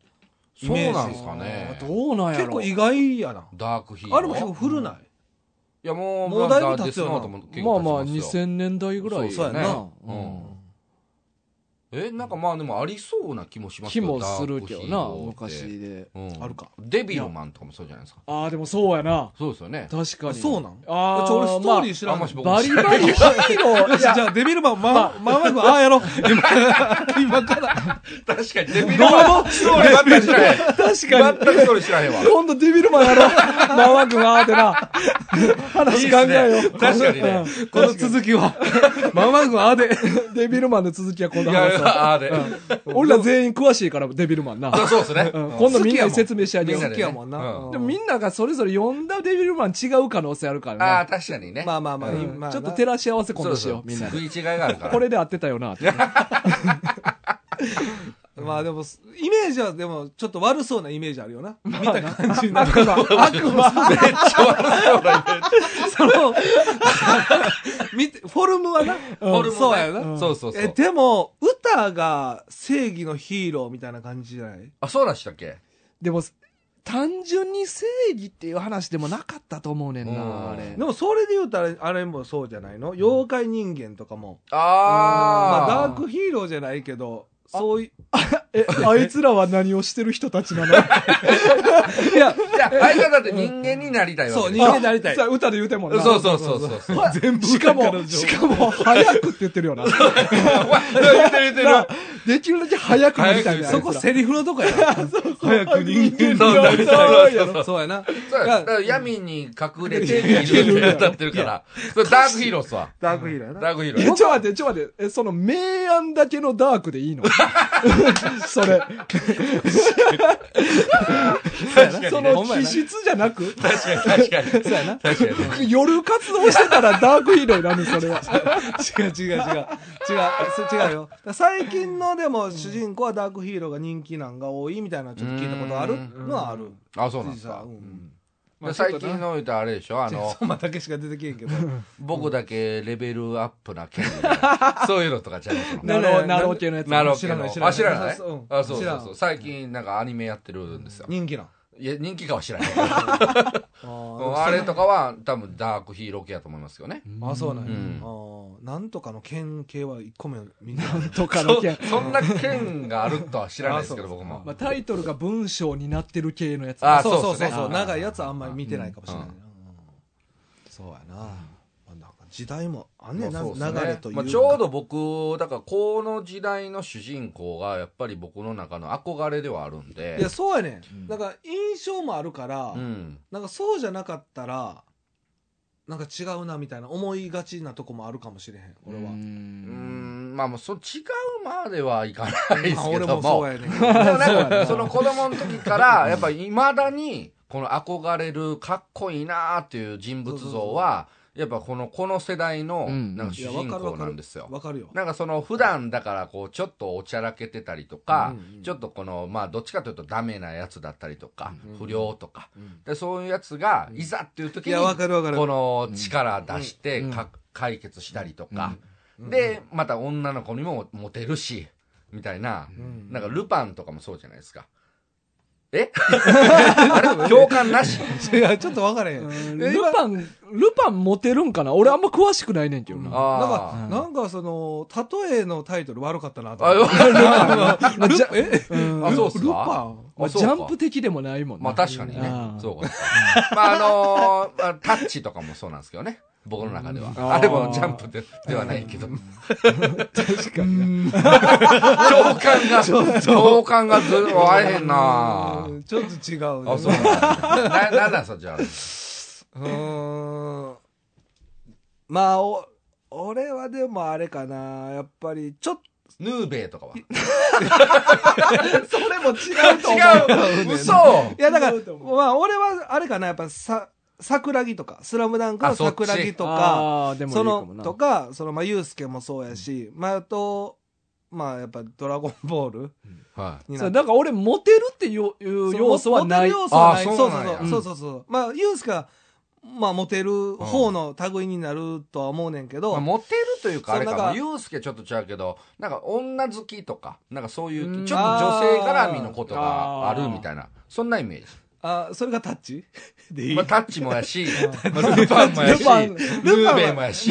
イ
そう
メージ
なんですかね。
どうなんや
結
ろ
構意外やな
ダークヒーロー。
あれも結構古ない、
いや、もう、
もうだいぶ経つよな
まあデスノートも結
まあ
構
まあ
経ちすよ
2000年代ぐらい
そうやな
うんえ、なんかまあでもありそうな気もします
気もするけど
ダ
な
ークヒーローって
昔で
うん
あるか
デビルマンとかもそうじゃないですか。
ああでもそうやな
そうですよね。
確かに
そうなん
あ
ち
あ
ょ俺ストーリー知らん、
まああんまし僕
バリバリヒーロ
よ
ー
し
い
じ
や
ゃあデビルマンままままああやろう今から
確かにデビルマン。ストーリー全く知らへん。
確かに
全くストーリー知らへんわ。
今度デビルマンやろうマワ君あーってな話考えよ
いいっす
う
ね確かにね
うんこの続きはマワ君あーでデビルマンの続きは今度
い
話そう
や、あーで。
俺ら全員詳しいからデビルマンな
あそうですね。
うん今度みんなに説明してあげよ
みんな
う
で
好きやもんな、
うん
でもみんながそれぞれ呼んだデビルマン違う可能性あるからな
ああ、確かにね。
まあまあまあ、
うん
今
ちょっと照らし合わせ今度しよう、みんな
食
で。
い違いがあるから。
これで合ってたよな、って。
まあでも、イメージはでも、ちょっと悪そうなイメージあるよな。見た感じになる。
悪魔、悪魔。
めっちゃ悪そうなイメージ
その、 見て、フォルムはな。
俺もね
そうやな。
そうそうそ
え、
う。
でも、歌が正義のヒーローみたいな感じじゃない
あ、そうでしたっけ
でも、単純に正義っていう話でもなかったと思うねん
うん
な、あれ
で。も、それで言うとあれ、あれもそうじゃないの妖怪人間とかも。まあ、
あ
ダー
あ。
クヒーローじゃないけど、そうい
え、あいつらは何をしてる人たち なの
う、いや、
いや、相方って人間になりたいわ
そう、
けで
人
しょ
間になりたい。
さ歌で言うてんもんな。
そうそうそうそうそう。
全部しか
歌からの
も、
情
しかも、早くって言ってるよ な。
言ってる言ってる。
なできるだけ早くなりたいね
そこセリフのとこやな。
早く人間に
なりた
そう
い
やな。
そうやだから闇に隠れているって歌ってるから。それダークヒーローっすわ。
ダークヒーローやな。
ダークヒーロ
え、
ー
ちょ
や
っ。と待って、ちょっと待って。え、その、明暗だけのダークでい いのそれ。そ
ほ
の
んまや
気
な
質じゃなく
確かに確かに。そうやな。確かに。
夜活動してたらダークヒーローになるそれは。
違う違う 違う違うそ違うよ最近のでも主人公はダークヒーローが人気なんが多いみたいなのはちょっと聞いたことあるのはあ る
あ、そうなんで
実
すか
は。うん
まあ
で最近の言うとあれでしょあの、
まあだけしか出てけえへん けど
僕だけレベルアップな 権利。そういうのとかちゃいますの
ナロー、ナロー系のやつ。
なるほど。
知らない知らない
あ、知らない
そうそううん
あ、そう
知
そ
ら
うんそう。最近なんかアニメやってるんですよ。
人気なん
いや、人気かは知らない。
あー
あれとかは多分ダークヒーロー系やと思いますよね。
あそうなんや
うん
あーなんとかの剣系は1個目みんな
とかの
そ
系。
そんな剣があるとは知らないですけど、
あそう
僕も
ま。あ、タイトルが文章になってる系のやつ。
あ
そう
そ
そう
っ
う
すね
そうそう
あー
長いやつはあんまり見てないかもしれない
うん
うんそうやなまあなんか時代もあんねんな
まあ
流
そうっすね
れという
ま
か
あ、ちょうど僕だからこの時代の主人公がやっぱり僕の中の憧れではあるんで
いやそうやねんだから印象もあるから
うん、
なんかそうじゃなかったらなんか違うなみたいな思いがちなとこもあるかもしれへん俺は、
うー
ん。
んまあもうそ違うまではいかないですけ
まあ
ども,、
俺もそうやねんけど
でもなんかその子供の時からやっぱいまだにこの憧れるかっこいいなーっていう人物像はやっぱこのこの世代の
うん
なんか主人公なんですよ。
わかるよ。
なんかその普段だからこうちょっとおちゃらけてたりとか、
うんうん
ちょっとこのまあどっちかというとダメなやつだったりとか、
うん
不良とか、
うん
でそういうやつがいざっていう
い
時に
や、わ
こ
かるわかる。
の力出して
うん
か解決したりとか、
うん
でまた女の子にもモテるしみたいな、
うん
なんかルパンとかもそうじゃないですか。 えあれ共感なし
いや、ちょっとわからへん。え
ルパン、ルパンモテるんかな俺あんま詳しくないねんけど
うんなん
な。
あ
か
う、ん
なんかその、例えのタイトル悪かったなと
あ
思って。
まあじゃえ
うん
あそうっすか
ルパン
まあ
そ
ジ
うか
ャンプ的でもないもん
まあ
な。
確かにね
う。ん
そうか。まああのーまあタッチとかもそうなんですけどね。僕の中では。
ん
あれも
あー
ジャンプでではないけど。
確かに。
共感が、共感がずっと合えへんな
うんちょっと違うね。
あ、そうなんだな、なんだそっちは。
うーんまあお俺はでもあれかなやっぱりちょっ
ヌーベイとかは。
とそれも違う
違う嘘
いやだか
違
ら
うと思
まあ俺はあれかなやっぱさ桜木とか「スラムダンクの
あそっち
桜木とか
あーでもいい
そ
かも
の
な。
とかそのまあユースケもそうやし、まああとまあやっぱ「ドラゴンボール
は」
に
そ
な
う
って
だから俺モテるっていういう要素はない
モテる。要素はない
あ
そ
ー
うそ
そ
うう
なんや
そうそうそうそうまあユースケはまあモテる方の類になるとは思うねんけ
い。
ど、
まあ、モテるというか、あれか
そうなん
も、
か
ユースケちょっと違うけど、なんか女好きとか、なんかそういうう、
ん
ちょっと女性絡みのことがあ
あー
るみたいな、そんなイメージ。
あそれがタッチ でいい、
まあ、タッチもやし、まあルパンもや
ル
し、ヌ
パン
ーベイもやし。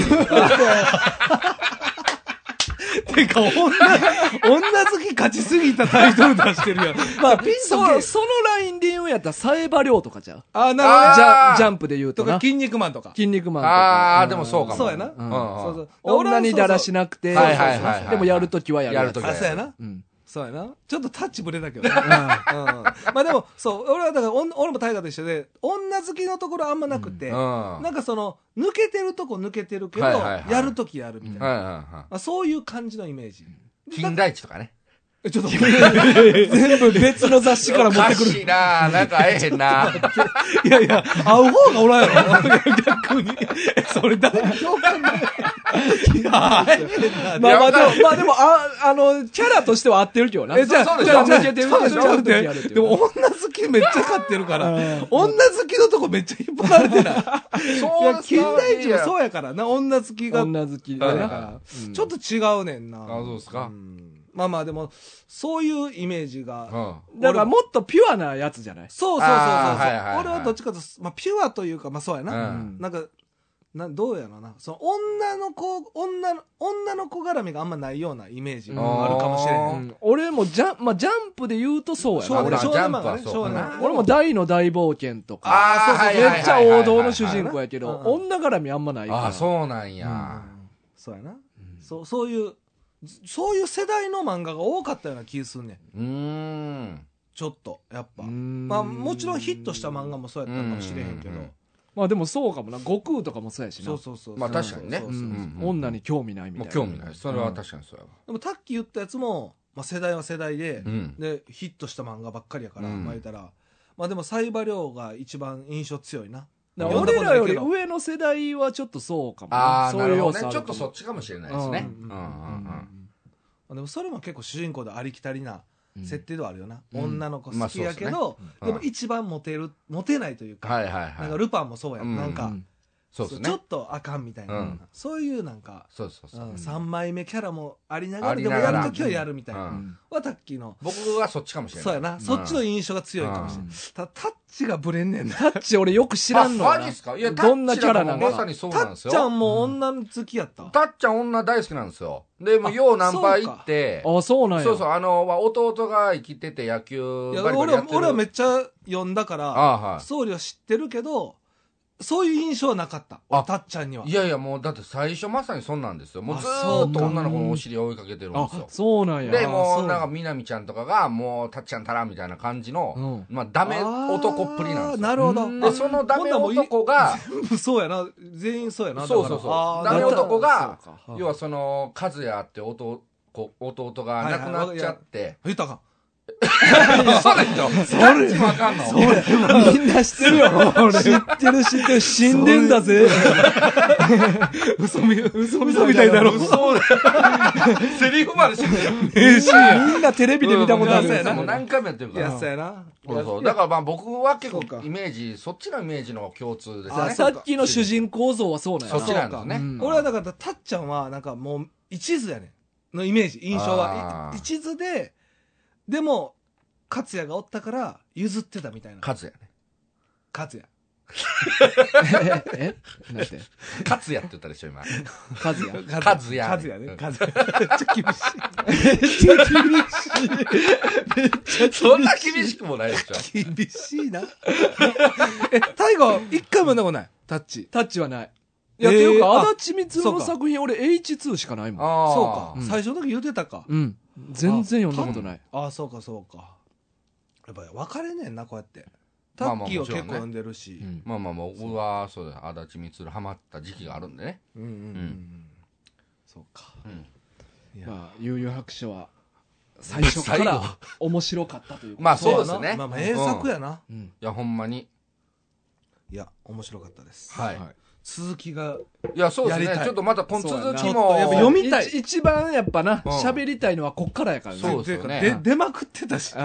てか、女、女好き勝ちすぎたタイトル出してるやん。まあ、ピンと
そ
け
うそのラインで言うんやったら、サエバ量とかじゃう
あ、なるほど
あ
ね
ー
ジャジャンプで言う
と
と
か、
な。
筋肉マンとか。
筋肉マンとか。
あ
う
あ、
ん
でもそうかも。
そうやな
うん
うん
そうそう。
女にだらし
な。
なくて、
はいはいはいはい
でもやるときはやる。
やる時
あ、そうやな。
うん。
そうやな。ちょっとタッチブレだけどね。うん。まあでも、そう、俺はだから、おん俺も大河と一緒で、女好きのところあんまなくて、
うん。
なんかその、抜けてるとこ抜けてるけど、
はいはいはい
やるときやるみたいな。
うんうんうん。
まあ、そういう感じのイメージ。
金田一とかね。
えちょっと、全部別の雑誌から
お
持っ
か
てくる。
しいななんかええへんな
いやいや、会う方がおらんやろ。逆に。えそれ誰に共感ない。いや、会えへんな
まあまあでも、まあでも、あ、あの、キャラとしては合ってるけどな。
え、じゃ
そう
あ、
でし
じ
ょ
ゃあ、じゃあ、
抜
じ
け
ゃあ、
て
じ
る
ゃあ、じゃあ、
ちょっと
で
やるっていう
も女好きめっちゃ買ってるから、女好きのとこめっちゃ引っ張られてない。いや、金田一もそうやからな、女好きが。
女好き
は
だ
いは。
ない
は
ちょっと違うねんな。
あそうっすか
んまあまあ、でも、そういうイメージ
い
が。
うん
だからもっとピュアなやつじゃない
そうそうそうそう。
あーはいはいはい
俺はどっちかというと、まあ、ピュアというか、まあそうやな。
うん
なんか、などうやろな。その女の子、女の、女の子絡みがあんまないようなイメージがあるかもしれへ。
うん
うん俺もジャン、まあジャンプで言うとそうや
少
そう
年、
だ
な。
少年漫画ね。
ジャンプは
少
そう
年
かな
俺も大の大冒険とか、
ああ、
そうそう
はいはいはい
めっちゃ王道の主
はいはい
人
はい
公やけど、
うん
女絡みあんまないから。
ああ、そうなんや。
うんそうやな。そう、そういう、そういう世代の漫画が多かったような気すんねん。
うーん。
ちょっと、やっぱ。ま
ま
あ、もちろんヒットした漫画もそうやったかもしれへんけど
うんうんうん。
まあでもそうかもな。悟空とかもそうやしな。
そうそうそう。
まあ確かにね
そう
う
そうそうん
うん
女に興味ないみたい
も
うな。
興味ない。それは確かにそうやわ。
でも、さっき言ったやつも、まあ世代は世代で、
うん。
でヒットした漫画ばっかりやから、
うん
まあ言うたらまあでもサイバリョウが一番印象強いな
だから俺らより上の世代はちょっとそうかも
ああ、
そうい
な
う
る
要
ほど
素
ね。
あ
ちょ
る
っ
か
と
も
そっちかもしれないですね。
う
うん
う
んうんん
う
うんん。
でもそれも結構主人公でありきたりな設定ではあるよな、
うん
女の子好きやけ
まあ
ど、
うん
でも一番モテるモテないというか、
はいはい
なんか
はい。
ルパンもそうやん、
うん
なんか、
うん
そうです
ちょ
ね
っ。とあかんみたいな、
うん
そういうなんか、
そうそうそうう。
ん、3枚目キャラもありながら
あり
でも
なが
や
ら
るときはやるみたいな、
うん
はタッキーの
僕はそっちかもしれない。
そうやな、そっちの
い
印象が強いかもしれない、
うん
ただタッチがブレんねんな
タッチ俺よく知らんのよ
あ、マジ
な
っすかいや、
どんなキャラな
タッチだ
ん
と
か
まさにそう
タ
なんで
ッ
すよ。
ちゃんも女好きやった、
たっちゃん女大好きなんですよ。で、もうようナンパ行って、
あそうなんや
そうそう、あの、まあ弟が生きてて野球
いや
バリバリ
俺
やっ
は
てる。
俺はめっちゃ読んだか
あ
ら
あは
総理は知ってるけどそういう印象はなかった俺
あ。
たっちゃんにはい
いやいや、もうだって最初まさにそんなんですよ。もうず
あそ
ー
う
っ
か
と女の子のお尻を追いかけてるんです
あ
よ。
そうなんや
で、
あ
も
そう
うなんか、みなみちゃんとかが、もう、たっちゃんたらみたいな感じの、まあ、ダメ男っぷりなんですよ。
あーなるほど
うん
で、
あ
そのダメ
ほんならも
男が、
ういそうやな全員そうやな
そうそう
だ
そう。ダ
からあー
メ
なるほど
男が
そうか、
要はその、和也って弟、弟が亡くなっちゃって、
言ったらあかん
嘘でしょタッチもあかんの
みんな知ってるよ。知ってる知ってる。死んでんだぜ。
嘘み、嘘みたいだろ。
嘘だ。セリフまで知ってるよ。
みんなテレビで見たことある
うん
や
もう
な。
何回もやってる
い
から
や、。そうやな。
そうそうだからまあ僕は結構
そうか
イメージ、そっちのイメージの共通です
あ
ね。
さっきの主人公像はそうなんや
そっち
な。
なんですね。
うん
俺はだから、たっちゃんは、なんかもう、一途やねん。のイメージ、印象は。
あー
い一途で、でも、勝也がおったから、譲ってたみたいな。
勝也ね。
勝也。
えなんて。
勝也って言ったでしょ、今。
カズヤ。
勝也ね
勝也ね。勝也。 めっちゃ
そんな厳しくもないでしょ。
厳しい。厳しいな。 え、大河、一回も読んだことない。タッチ。
タッチはない。いや、
えー
ていう
あ
か、足立光
そ
弘
う
の
か
作品、俺 H2 しかないもん。
あ
そう
ー
か。
うん
最初の時言ってたか。
うん。全然読んだことない。
ああ、そうか、そうか。やっぱり分かれねえな、こうやって。タ
まあまあ
ッキーは
もちろん
結
ね
構読んでるし。
うん
まあまあまあ、僕は、そうだ、足立光ハマった時期があるんでね。
うんうんうん
うん
そうか。いや
まあ、悠々白書は、最初か
最
ら
後
面白かったというか。
まあ
や
そう
な
ですね。
まあまあ、名作やな。
うん。
いや、ほんまに。
いや、面白かったです。
はい。
続きが、
いや、そうです
やり
ね
た。い
ちょっとまた、この
そう
続
やな
き
ちょっとやっぱ
も
読。みたい
一一番やっぱな、
うん
喋りたいのはこっからやからね。
そうですよね
っていうか出出まくってたし。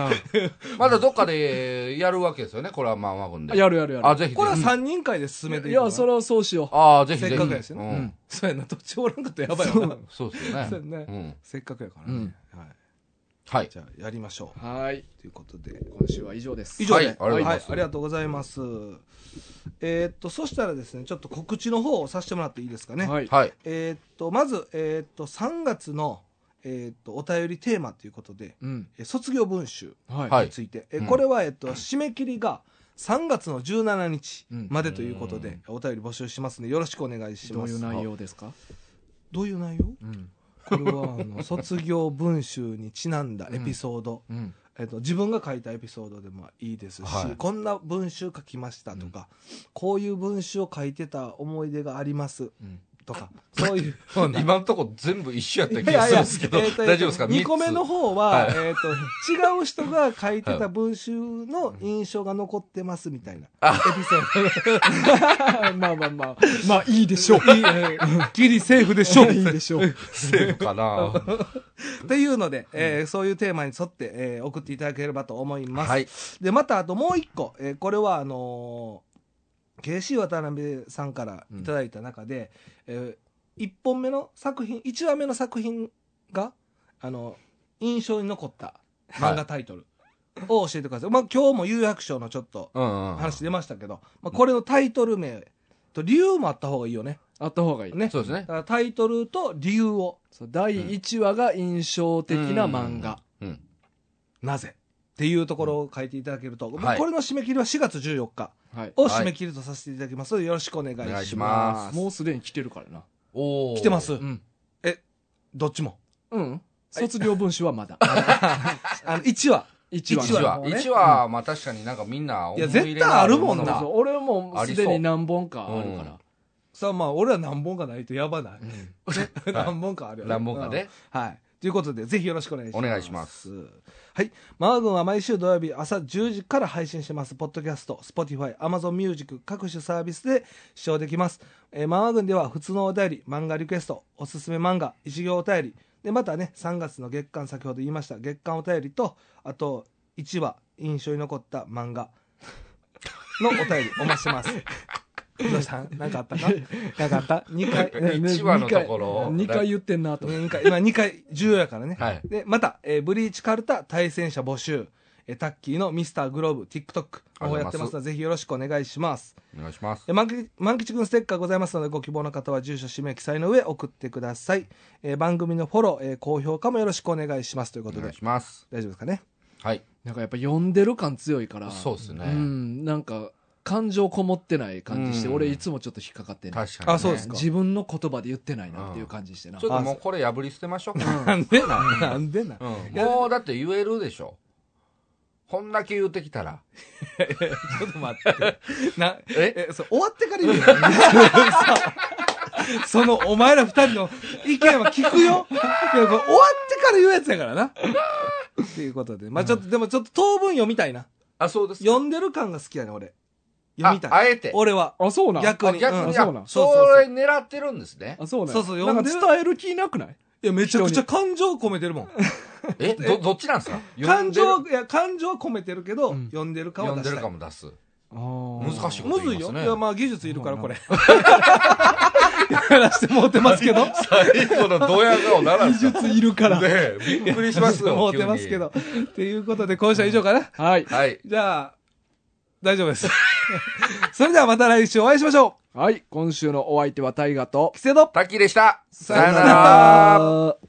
まだどっかでやるわけですよね。これはまあまあ、ほん
うん
で。
やるやるやる。
あ、ぜひ。
これは
ぜひ
3人会で進めて
い
いくの
や、それはそうしよ
ああ、ぜひぜひ。
せっかくやしね
う
う。うんん。
そうやな、どっちおらんかったらやばいよな。
そうですよ
そうや
ね。
ね
うん。
せっかくやからね。はい。
はい。
じゃあ、やりましょう。
はい。
ということで。
今週は以上です。
以上で、
はいありがとうございます
ありがとうございます。えーっと、そしたらですね、ちょっと告知の方をさせてもらっていいですかね。
はい。
はい。
えーっと、まず、えーっと、3月の、えーっと、お便りテーマということで、
うん。
えー卒業文集
はい。
はい
について、え
うん
これは、えーっと、締め切りが3月の17日までということで、お便り募集しますので、よろしくお願いし
ど
ま
うい
す。
う内容ですか
どういう内容
うん。
これは、あの、卒業文集にちなんだエピソード。
うん。
えっと、自分が書いたエピソードでもいいですし、
はい
こんな文集書きましたとか、こういう文集を書いてた思い出があります
うん
とか、そう いう。
今のとこ全部一緒やった
い
気がするんですけど、大丈夫ですか
2個目の
三
方は、
はい
えっと、違う人が書いてた文集の印象が残ってますみた いな。エピソ ード。
まあまあまあ。まあいいでしょう。
ギリセーフで
で しょう。 いいでしょう。
つセーフかな
っていうので、えーそういうテーマに沿って、えー送っていただければと思います。
はい。
で、またあともう一個、えーこれはあのー、KC 渡辺さんからいただいた中で、え1本目の作品、1話目の作品が、あの、印象に残った漫画タイトルを教えてください。まあ今日も有楽章のちょっと
うんうん。
話出ましたけど、まあこれのタイトル名と理由もあった方がいいよね。
あった方がいい。
ね。
そうですね
だからタイトルと理由を、
そう第1話が印象的な漫画。
うん。
なぜっていうところを書いていただけると、まあこれの締め切りは4月14日。
はい。
を締め切りとさせていただきますので、よろしくお願いします。
お願いします
もうすでに来てるからな。
おー
来てます。
うん。
どっちも。
うん。卒業文集はまだ。
あの、
1
1話。
話
一
一
話
話。一話、まあ確かになんかみんな思入れの
いや絶対あるもんな
そうそう俺もすでに何本かあるから。
さあまあ、俺ら何本かないとやばない。
は い
何本かあるよ
何本かね。
うんはい。ということで、ぜひよろしくお願いします。
お願いします。
はい。マー君は毎週土曜日朝10時から配信してます。ポッドキャスト、Spotify、Amazon Music、各種サービスで視聴できます。えー、マー君では普通のお便り、漫画リクエスト、おすすめ漫画、一行お便り、で、またね、3月の月間、先ほど言いました、月間お便りと、あと、1話、印象に残った漫画のお便り、お待ちして ます。どうしたなんかあったかなんかあった ?2 回。
一話のところ
2回言ってんなと。
2回、まあ、2回重要やからね。
はい
で、また、えーブリーチカルタ対戦者募集、えータッキーのミスターグローブ、TikTok、
ありがとうございます
やってますので、ぜひよろしくお願いします。
お願いします。
えー、万吉万吉くんステッカーございますので、ご希望の方は住所、氏名、記載の上、送ってください。えー番組のフォロー、えー高評価もよろしくお願いしますというこ
お
と
願
で
い、します。
大丈夫ですかね。
はい。
なんかやっぱ読んでる感強いから。
そうですね
うん。なんか感情こもってない感じして、
うん
俺いつもちょっと引っかかってんの
確かにね。
あそうですか
自分の言葉で言ってないなっていう感じしてな。
ちょっともうこれ破り捨てましょうか。
なんで な、なんでな。
うんもうだって言えるでしょ。こんだけ言ってきたら。
ちょっと待って。な、
え
え、 そう、終わってから言うよ。さその、お前ら二人の意見は聞くよ。いやこれ終わってから言うやつやからな。ということで。まあちょっと、でもちょっと当分読みたいな。
あ、そうです。
読んでる感が好きやね、俺。読みた
あ
い。
あえて。
俺は。
あ、そうなん
逆に
あ逆
うん
に、
そうなん
あ
そうそうそう
それ狙ってるんですね。
あ、そうなん
そうそう
な
読ん
ん
で
か
る
伝える気なくない
いや、めちゃくちゃ感情込めてるもん。
え、ど、どっちなんですか
感情
読ん
は、いや、感情は込めてるけど、
うん
読んでる
で
か
る
は
読
出
んで
した
るか
い。
も出す。難
難
しい
むずい
こと言います
よ。
ね
いや、まあ技術いるから、これ。やらしてもうてます けど。
最後のドヤ顔ならんすか。
いるから。
ねえびっくりします よ。
もうてますけど。っていうことで、今週は以上かな。
はい
急。に。はい。
じゃあ、大丈夫です。 それではまた来週お会いしましょ
はい。今週のお相手は大河と
う。、キセド
滝でした。
さ
さよな
よな
ら。
ら